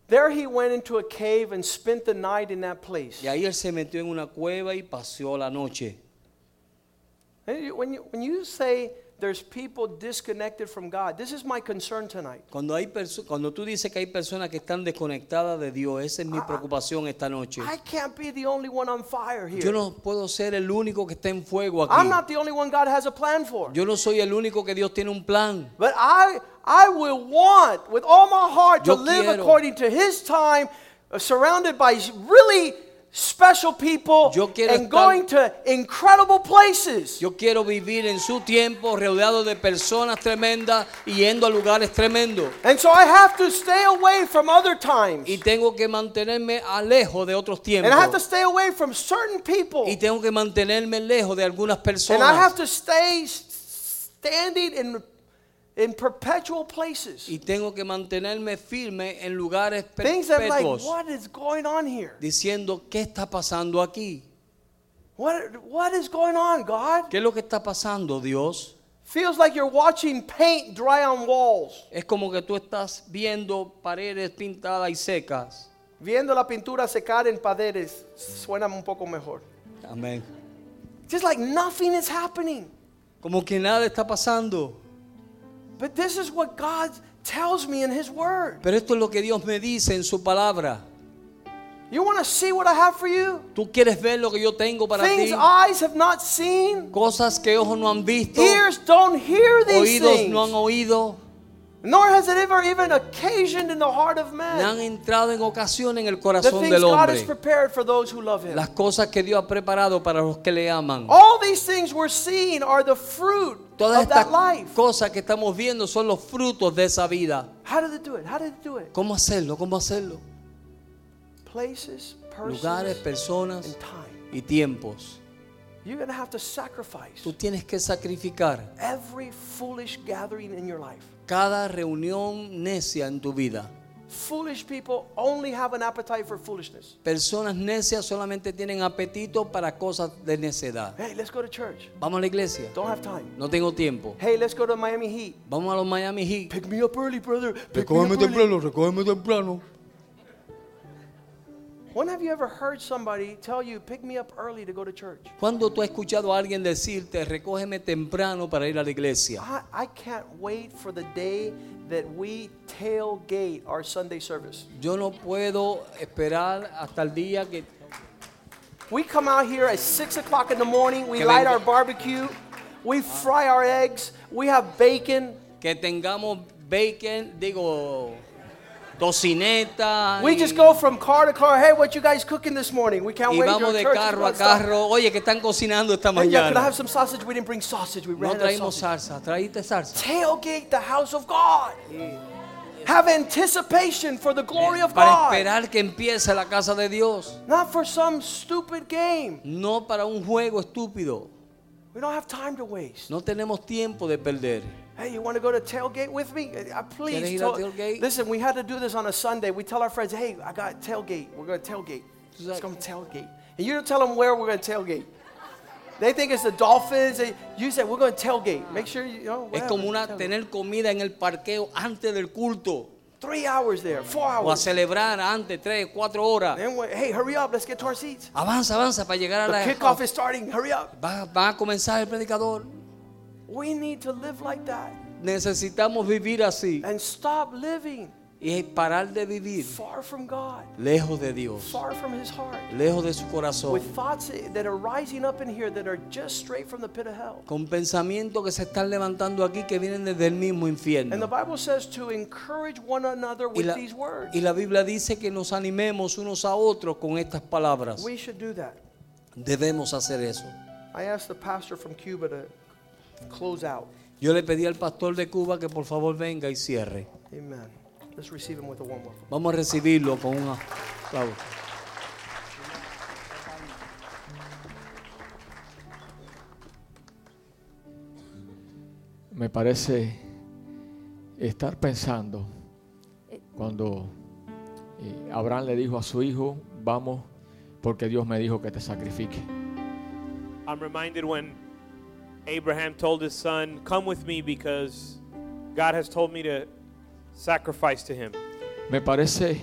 C: There he went into a cave and spent the night in that place.
D: Y ahí él se metió en una cueva y paseó la noche.
C: And you- When you, when you say there's people disconnected from God, this is my concern tonight.
D: Cuando, hay perso- cuando tú dices que hay personas que están desconectadas de Dios, esa es mi preocupación esta noche.
C: I can't be the only one on fire
D: Yo
C: here.
D: no puedo ser el único que está en fuego
C: I'm
D: aquí.
C: not the only one God has a plan for.
D: Yo no soy el único que Dios tiene un plan.
C: But I, I will want with all my heart to
D: Yo
C: live
D: quiero.
C: according to His time, uh, surrounded by really special people
D: Yo quiero
C: and
D: estar-
C: going to incredible places.
D: Yo quiero vivir en su tiempo rodeado de personas tremendas y yendo a lugares tremendos.
C: And so I have to stay away from other times.
D: Y tengo que mantenerme alejo de otros
C: And I have to
D: tiempos.
C: stay away from certain people.
D: Y tengo que mantenerme lejos de algunas
C: And I have
D: personas.
C: to stay s- standing in, in perpetual places.
D: Y tengo que mantenerme firme en lugares
C: Things that like,
D: perpetuos.
C: what is going on here?
D: Diciendo, ¿qué está pasando aquí?
C: What, what is going on, God?
D: ¿Qué es lo que está pasando, Dios?
C: Feels like you're watching paint dry on walls.
D: Es como que tú estás viendo paredes pintadas y secas.
C: Viendo la pintura secar en paredes suena un poco mejor.
D: Amén.
C: Just like nothing is happening.
D: Como que nada está pasando.
C: But this is what God tells me in His Word.
D: Pero esto es lo que Dios me dice en su palabra.
C: You want to see what I have for you?
D: Tú quieres ver lo que yo tengo para
C: Things
D: ti.
C: eyes have not seen,
D: Cosas que ojos no han visto,
C: ears don't hear these
D: oídos no han
C: things,
D: oído,
C: nor has it ever even occasioned in the heart of
D: no han
C: man
D: entrado en ocasión en el
C: the
D: corazón
C: things
D: del
C: God has
D: hombre.
C: prepared for those who love Him.
D: Las cosas que Dios ha preparado para los que le aman.
C: All these things we're seeing are the fruit
D: Todas
C: Oh, of that
D: estas
C: life.
D: cosas que estamos viendo son los frutos de esa vida.
C: How did it do it? How did it do it?
D: ¿Cómo hacerlo? ¿Cómo hacerlo?
C: Places,
D: Lugares,
C: persons,
D: personas
C: and time.
D: y tiempos.
C: You're going to have to sacrifice
D: Tú tienes que sacrificar
C: every foolish gathering in your life.
D: cada reunión necia en tu vida.
C: Foolish people only have an appetite for foolishness.
D: Personas necias solamente tienen apetito para cosas de necedad.
C: Hey, let's go to church.
D: Vamos a la iglesia.
C: Don't have time.
D: No tengo tiempo.
C: Hey, let's go to Miami Heat.
D: Vamos a los Miami Heat.
C: Pick me up early, brother. Pick me
E: Recógeme
C: up early.
E: temprano, recógeme temprano.
C: When have you ever heard somebody tell you, pick me up early to go to church?
D: ¿Cuándo tú has escuchado a alguien decirte, recógeme temprano para ir a la iglesia?
C: I, I can't wait for the day that we tailgate our Sunday service.
D: Yo no puedo esperar hasta el día que...
C: We come out here at 6 o'clock in the morning, we
D: Que
C: light
D: venga.
C: our barbecue, we fry our eggs, we have bacon.
D: Que tengamos bacon, digo, tocineta.
C: We
D: y-
C: just go from car to car. Hey, what you guys cooking this morning? We can't
D: y
C: wait. Your
D: vamos de
C: church is
D: carro a
C: gonna stop.
D: carro. Oye, que están cocinando esta
C: Hey, yeah, could I
D: mañana.
C: have some sausage? We didn't bring sausage. We
D: No
C: ran out of
D: traímos
C: sausage.
D: salsa, traíste salsa.
C: Tailgate the house of God. Have anticipation for the glory of
D: Para
C: God.
D: esperar que empiece la casa de Dios.
C: Not for some stupid game.
D: No para un juego estúpido.
C: We don't have time to waste.
D: No tenemos tiempo de perder.
C: Hey, you want to go to tailgate with me? Uh, uh,
D: ¿Quieres
C: please.
D: ir a
C: tell-
D: tailgate?
C: Listen, we had to do this on a Sunday. We tell our friends, hey, I got tailgate. We're going to tailgate. Let's
D: like-
C: go tailgate. And you don't tell them where we're going to tailgate. They think it's the Dolphins. They, you say, we're going to tailgate. Make sure you you know.
D: Es
C: whatever,
D: como una
C: tailgate.
D: tener comida en el parqueo antes del culto
C: Three hours there, four
D: o a
C: hours.
D: celebrar antes tres, cuatro horas.
C: Then we- hey, hurry up. Let's get to our seats.
D: Avanza, avanza para llegar a
C: The
D: la
C: kickoff is starting. Hurry up.
D: va, va a comenzar el predicador.
C: We need to live like that
D: Necesitamos vivir así
C: and stop living
D: y parar de vivir
C: far from God,
D: lejos de Dios,
C: far from His heart.
D: lejos de su corazón,
C: with thoughts that are rising up in here that are just straight from the pit of hell.
D: con pensamientos que se están levantando aquí que vienen desde el mismo
C: And the
D: infierno.
C: Bible says to encourage one another
D: Y
C: with
D: la,
C: these words.
D: y la Biblia dice que nos animemos unos a otros con estas palabras.
C: We should do that.
D: Debemos hacer eso.
C: I asked the pastor from Cuba to close out.
D: Yo le pedí al pastor de Cuba que por favor venga y cierre.
C: Amen. Let's receive him with a warm welcome.
D: Vamos a recibirlo con un aplauso.
E: me parece estar pensando cuando eh, Abraham le dijo a su hijo, vamos, porque Dios me dijo que te sacrifique.
F: I'm reminded when Abraham told his son, Come with me because God has told me to sacrifice to him.
E: Me parece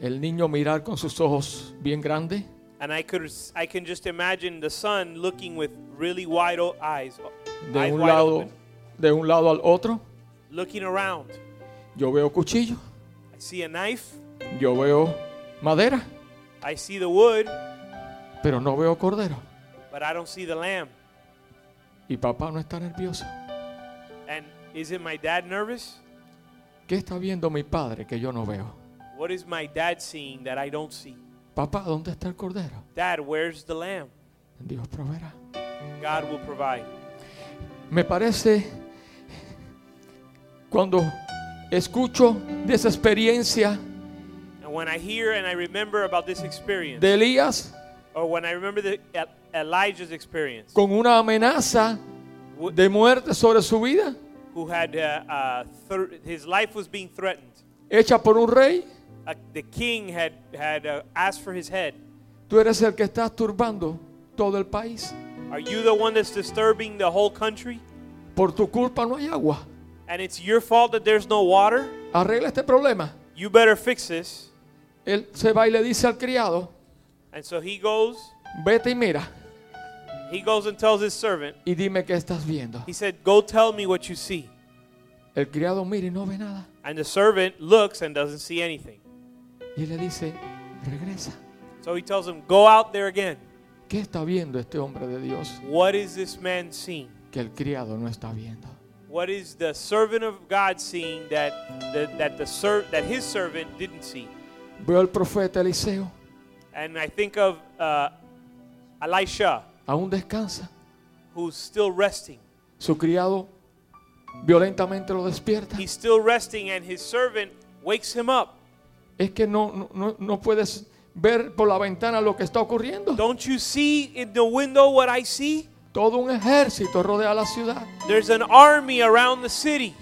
E: el niño mirar con sus ojos bien grandes
F: And I could I can just imagine the son looking with really wide o- eyes,
E: de
F: eyes
E: un
F: wide
E: lado,
F: open,
E: de un lado al otro.
F: looking around.
E: Yo veo cuchillo,
F: I see a knife,
E: yo veo madera,
F: I see the wood,
E: pero no veo cordero.
F: but I don't see the lamb.
E: Y papá no está nervioso.
F: And isn't my dad nervous?
E: ¿Qué está viendo mi padre que yo no veo?
F: What is my dad seeing that I don't see?
E: Papá, ¿dónde está el cordero?
F: Dad, where's the lamb?
E: Dios proveerá.
F: God will provide.
E: Me parece cuando escucho de esa experiencia
F: And when I hear and I remember about this experience,
E: de Elías
F: or when I remember the El- Elijah's experience,
E: con una amenaza
F: wh-
E: de muerte sobre su vida
F: who had uh, uh, thir- his life was being threatened.
E: hecha por un rey,
F: Uh, the king had had uh, asked for his head.
E: tú eres el que estás turbando todo el país.
F: Are you the one that's disturbing the whole country?
E: Por tu culpa no hay agua.
F: And it's your fault that there's no water.
E: Arregla este problema.
F: You better fix this.
E: Él se va y le dice al criado,
F: And so he goes.
E: vete y mira
F: He goes and tells his servant.
E: y dime qué estás viendo.
F: He said, "Go tell me what you see."
E: El criado mira y no ve nada.
F: And the servant looks and doesn't see anything.
E: Y él le dice, regresa.
F: So he tells him, "Go out there again.
E: ¿Qué está viendo este hombre de Dios?
F: What is this man seeing?"
E: que el criado no está viendo.
F: What is the servant of God seeing that the, that the ser- that his servant didn't see?
E: Veo al profeta Eliseo,
F: And I think of uh, Elisha,
E: aún descansa.
F: who's still resting.
E: Su criado violentamente lo despierta.
F: He's still resting, and his servant wakes him up.
E: Es que no, no- no, no puedes ver por la ventana lo que está ocurriendo.
F: Don't you see in the window what I see?
E: Todo un ejército rodea la ciudad.
F: There's an army around the city.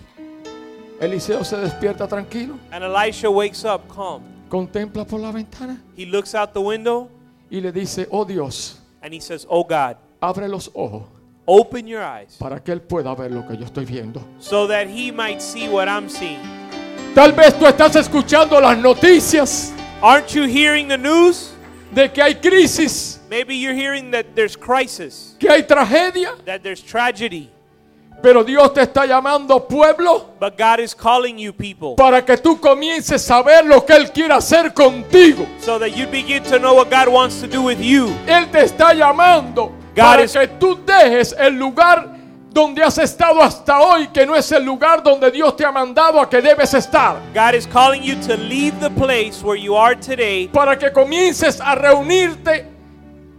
E: Eliseo se despierta tranquilo,
F: And Elisha wakes up calm.
E: contempla por la ventana
F: He looks out the window
E: y le dice, oh Dios,
F: and he says, Oh God,
E: abre los ojos
F: open your eyes
E: para que él pueda ver lo que yo estoy viendo.
F: so that he might see what I'm seeing.
E: Tal vez tú estás escuchando las noticias
F: Aren't you hearing the news?
E: de que hay crisis,
F: Maybe you're hearing that there's crisis,
E: que hay tragedia,
F: that there's tragedy,
E: Pero Dios te está llamando pueblo
F: But God is calling you people
E: para que tú comiences a ver lo que Él quiere hacer contigo.
F: so that you begin to know what God wants to do with you.
E: Él te está llamando para
F: is-
E: que tú dejes el lugar donde has estado hasta hoy, que no es el lugar donde Dios te ha mandado a que debes estar.
F: God is calling you to leave the place where you are today
E: Para que comiences a reunirte,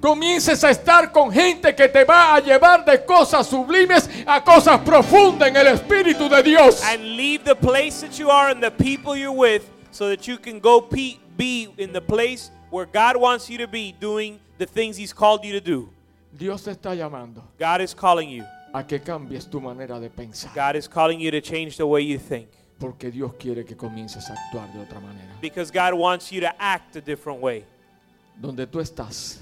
E: comiences a estar con gente que te va a llevar de cosas sublimes a cosas profundas en el Espíritu de Dios.
F: and leave the place that you are and the people you're with so that you can go pe- be in the place where God wants you to be doing the things He's called you to do.
E: Dios te está llamando
F: God is calling you.
E: a que cambies tu manera de pensar,
F: God is calling you to change the way you think
E: porque Dios quiere que comiences a actuar de otra manera.
F: because God wants you to act a different way,
E: Donde tú estás,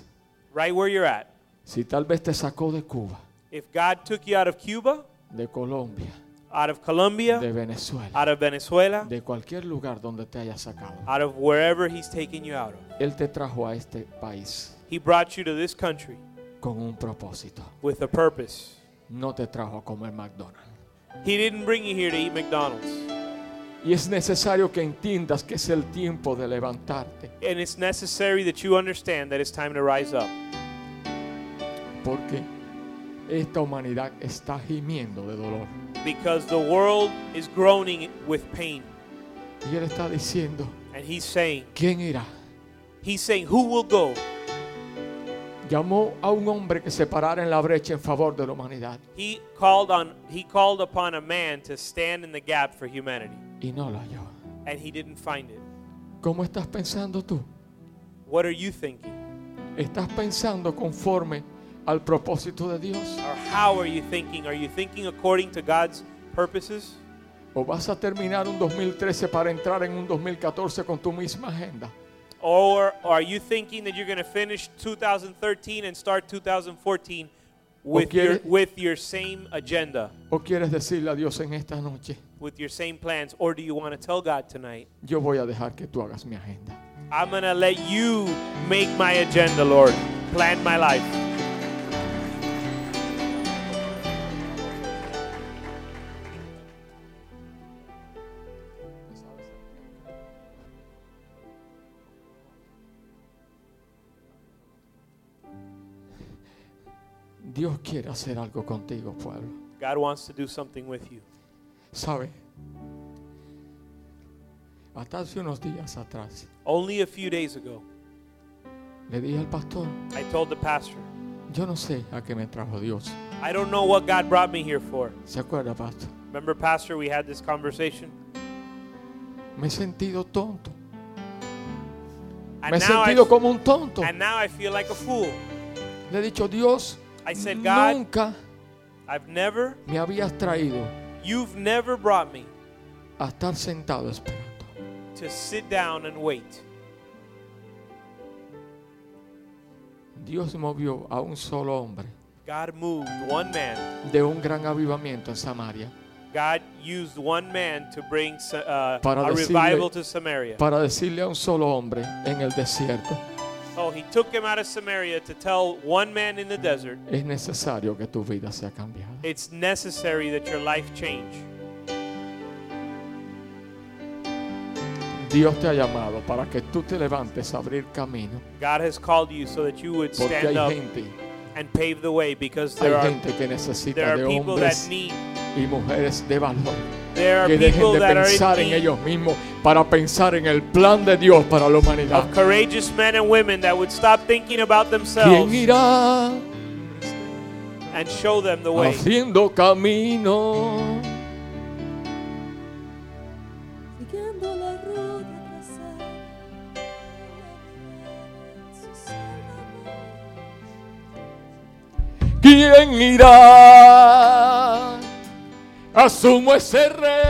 F: right where you're at.
E: si tal vez te sacó de Cuba,
F: If God took you out of Cuba,
E: de Colombia,
F: out of Colombia,
E: de Venezuela,
F: out of Venezuela,
E: de cualquier lugar donde te haya sacado.
F: out of wherever He's taking you out of,
E: Él te trajo a este país
F: He brought you to this country
E: con un propósito.
F: with a purpose.
E: No te trajo a comer McDonald's.
F: He didn't bring you here to eat McDonald's.
E: Y es necesario que entiendas que es el tiempo de levantarte,
F: And it's necessary that you understand that it's time to rise up
E: porque esta humanidad está gimiendo de dolor.
F: because the world is groaning with pain.
E: Y Él está diciendo,
F: And he's saying,
E: ¿quién irá?
F: he's saying, who will go?
E: Llamó a un hombre que se parara en la brecha en favor de la humanidad
F: He called on he called upon a man to stand in the gap for humanity,
E: y no lo halló.
F: and he didn't find it.
E: ¿Cómo estás pensando tú?
F: What are you thinking?
E: ¿Estás pensando conforme al propósito de Dios?
F: Or how are you thinking? Are you thinking according to God's purposes?
E: ¿O vas a terminar un 2013 para entrar en un 2014 con tu misma agenda?
F: Or are you thinking that you're going to finish 2013 and start 2014 with your
E: quieres-
F: with your same agenda?
E: ¿O quieres decirle a Dios en esta noche,
F: with your same plans or do you want to tell God tonight?
E: yo voy a dejar que tú hagas mi agenda?
F: I'm going to let you make my agenda, Lord. Plan my life.
E: Dios quiere hacer algo contigo, pueblo.
F: God wants to do something with you.
E: ¿Sabe? Hasta hace unos días atrás
F: Only a few days ago,
E: le dije al pastor,
F: I told the pastor,
E: yo no sé a qué me trajo Dios.
F: I don't know what God brought me here for.
E: ¿Se acuerda, pastor?
F: Remember, pastor, we had this conversation?
E: Me he sentido tonto. Me he
F: And now,
E: sentido
F: I,
E: como un tonto.
F: and now I feel like a fool.
E: Le he dicho, Dios,
F: I said, God,
E: nunca
F: I've never,
E: me habías traído
F: you've never brought me
E: a estar sentado esperando.
F: to sit down and wait.
E: Dios movió a un solo hombre
F: God moved one man.
E: de un gran avivamiento en Samaria
F: God used one man to bring Sa- uh,
E: Para
F: a
E: decirle-
F: revival to Samaria.
E: para decirle a un solo hombre en el desierto,
F: Oh, he took him out of Samaria to tell one man in the desert,
E: es necesario que tu vida sea cambiada.
F: it's necessary that your life change.
E: Dios te ha llamado para que tú te levantes a abrir camino,
F: God has called you so that you would
E: porque hay
F: stand up
E: gente,
F: and pave the way because there
E: hay
F: are
E: gente que necesita
F: there
E: de
F: are people that
E: hombres
F: need
E: y mujeres de valor
F: there are
E: que
F: people
E: dejen de
F: that are
E: pensar en
F: in need
E: ellos mismos para pensar en el plan de Dios para la humanidad.
F: of courageous men and women that would stop thinking about
E: ¿Quién
F: themselves
E: irá
F: and show them the way.
E: haciendo camino?
G: siguiendo la ruta trazada. en sus álamos.
E: ¿Quién irá? Asumo ese reto.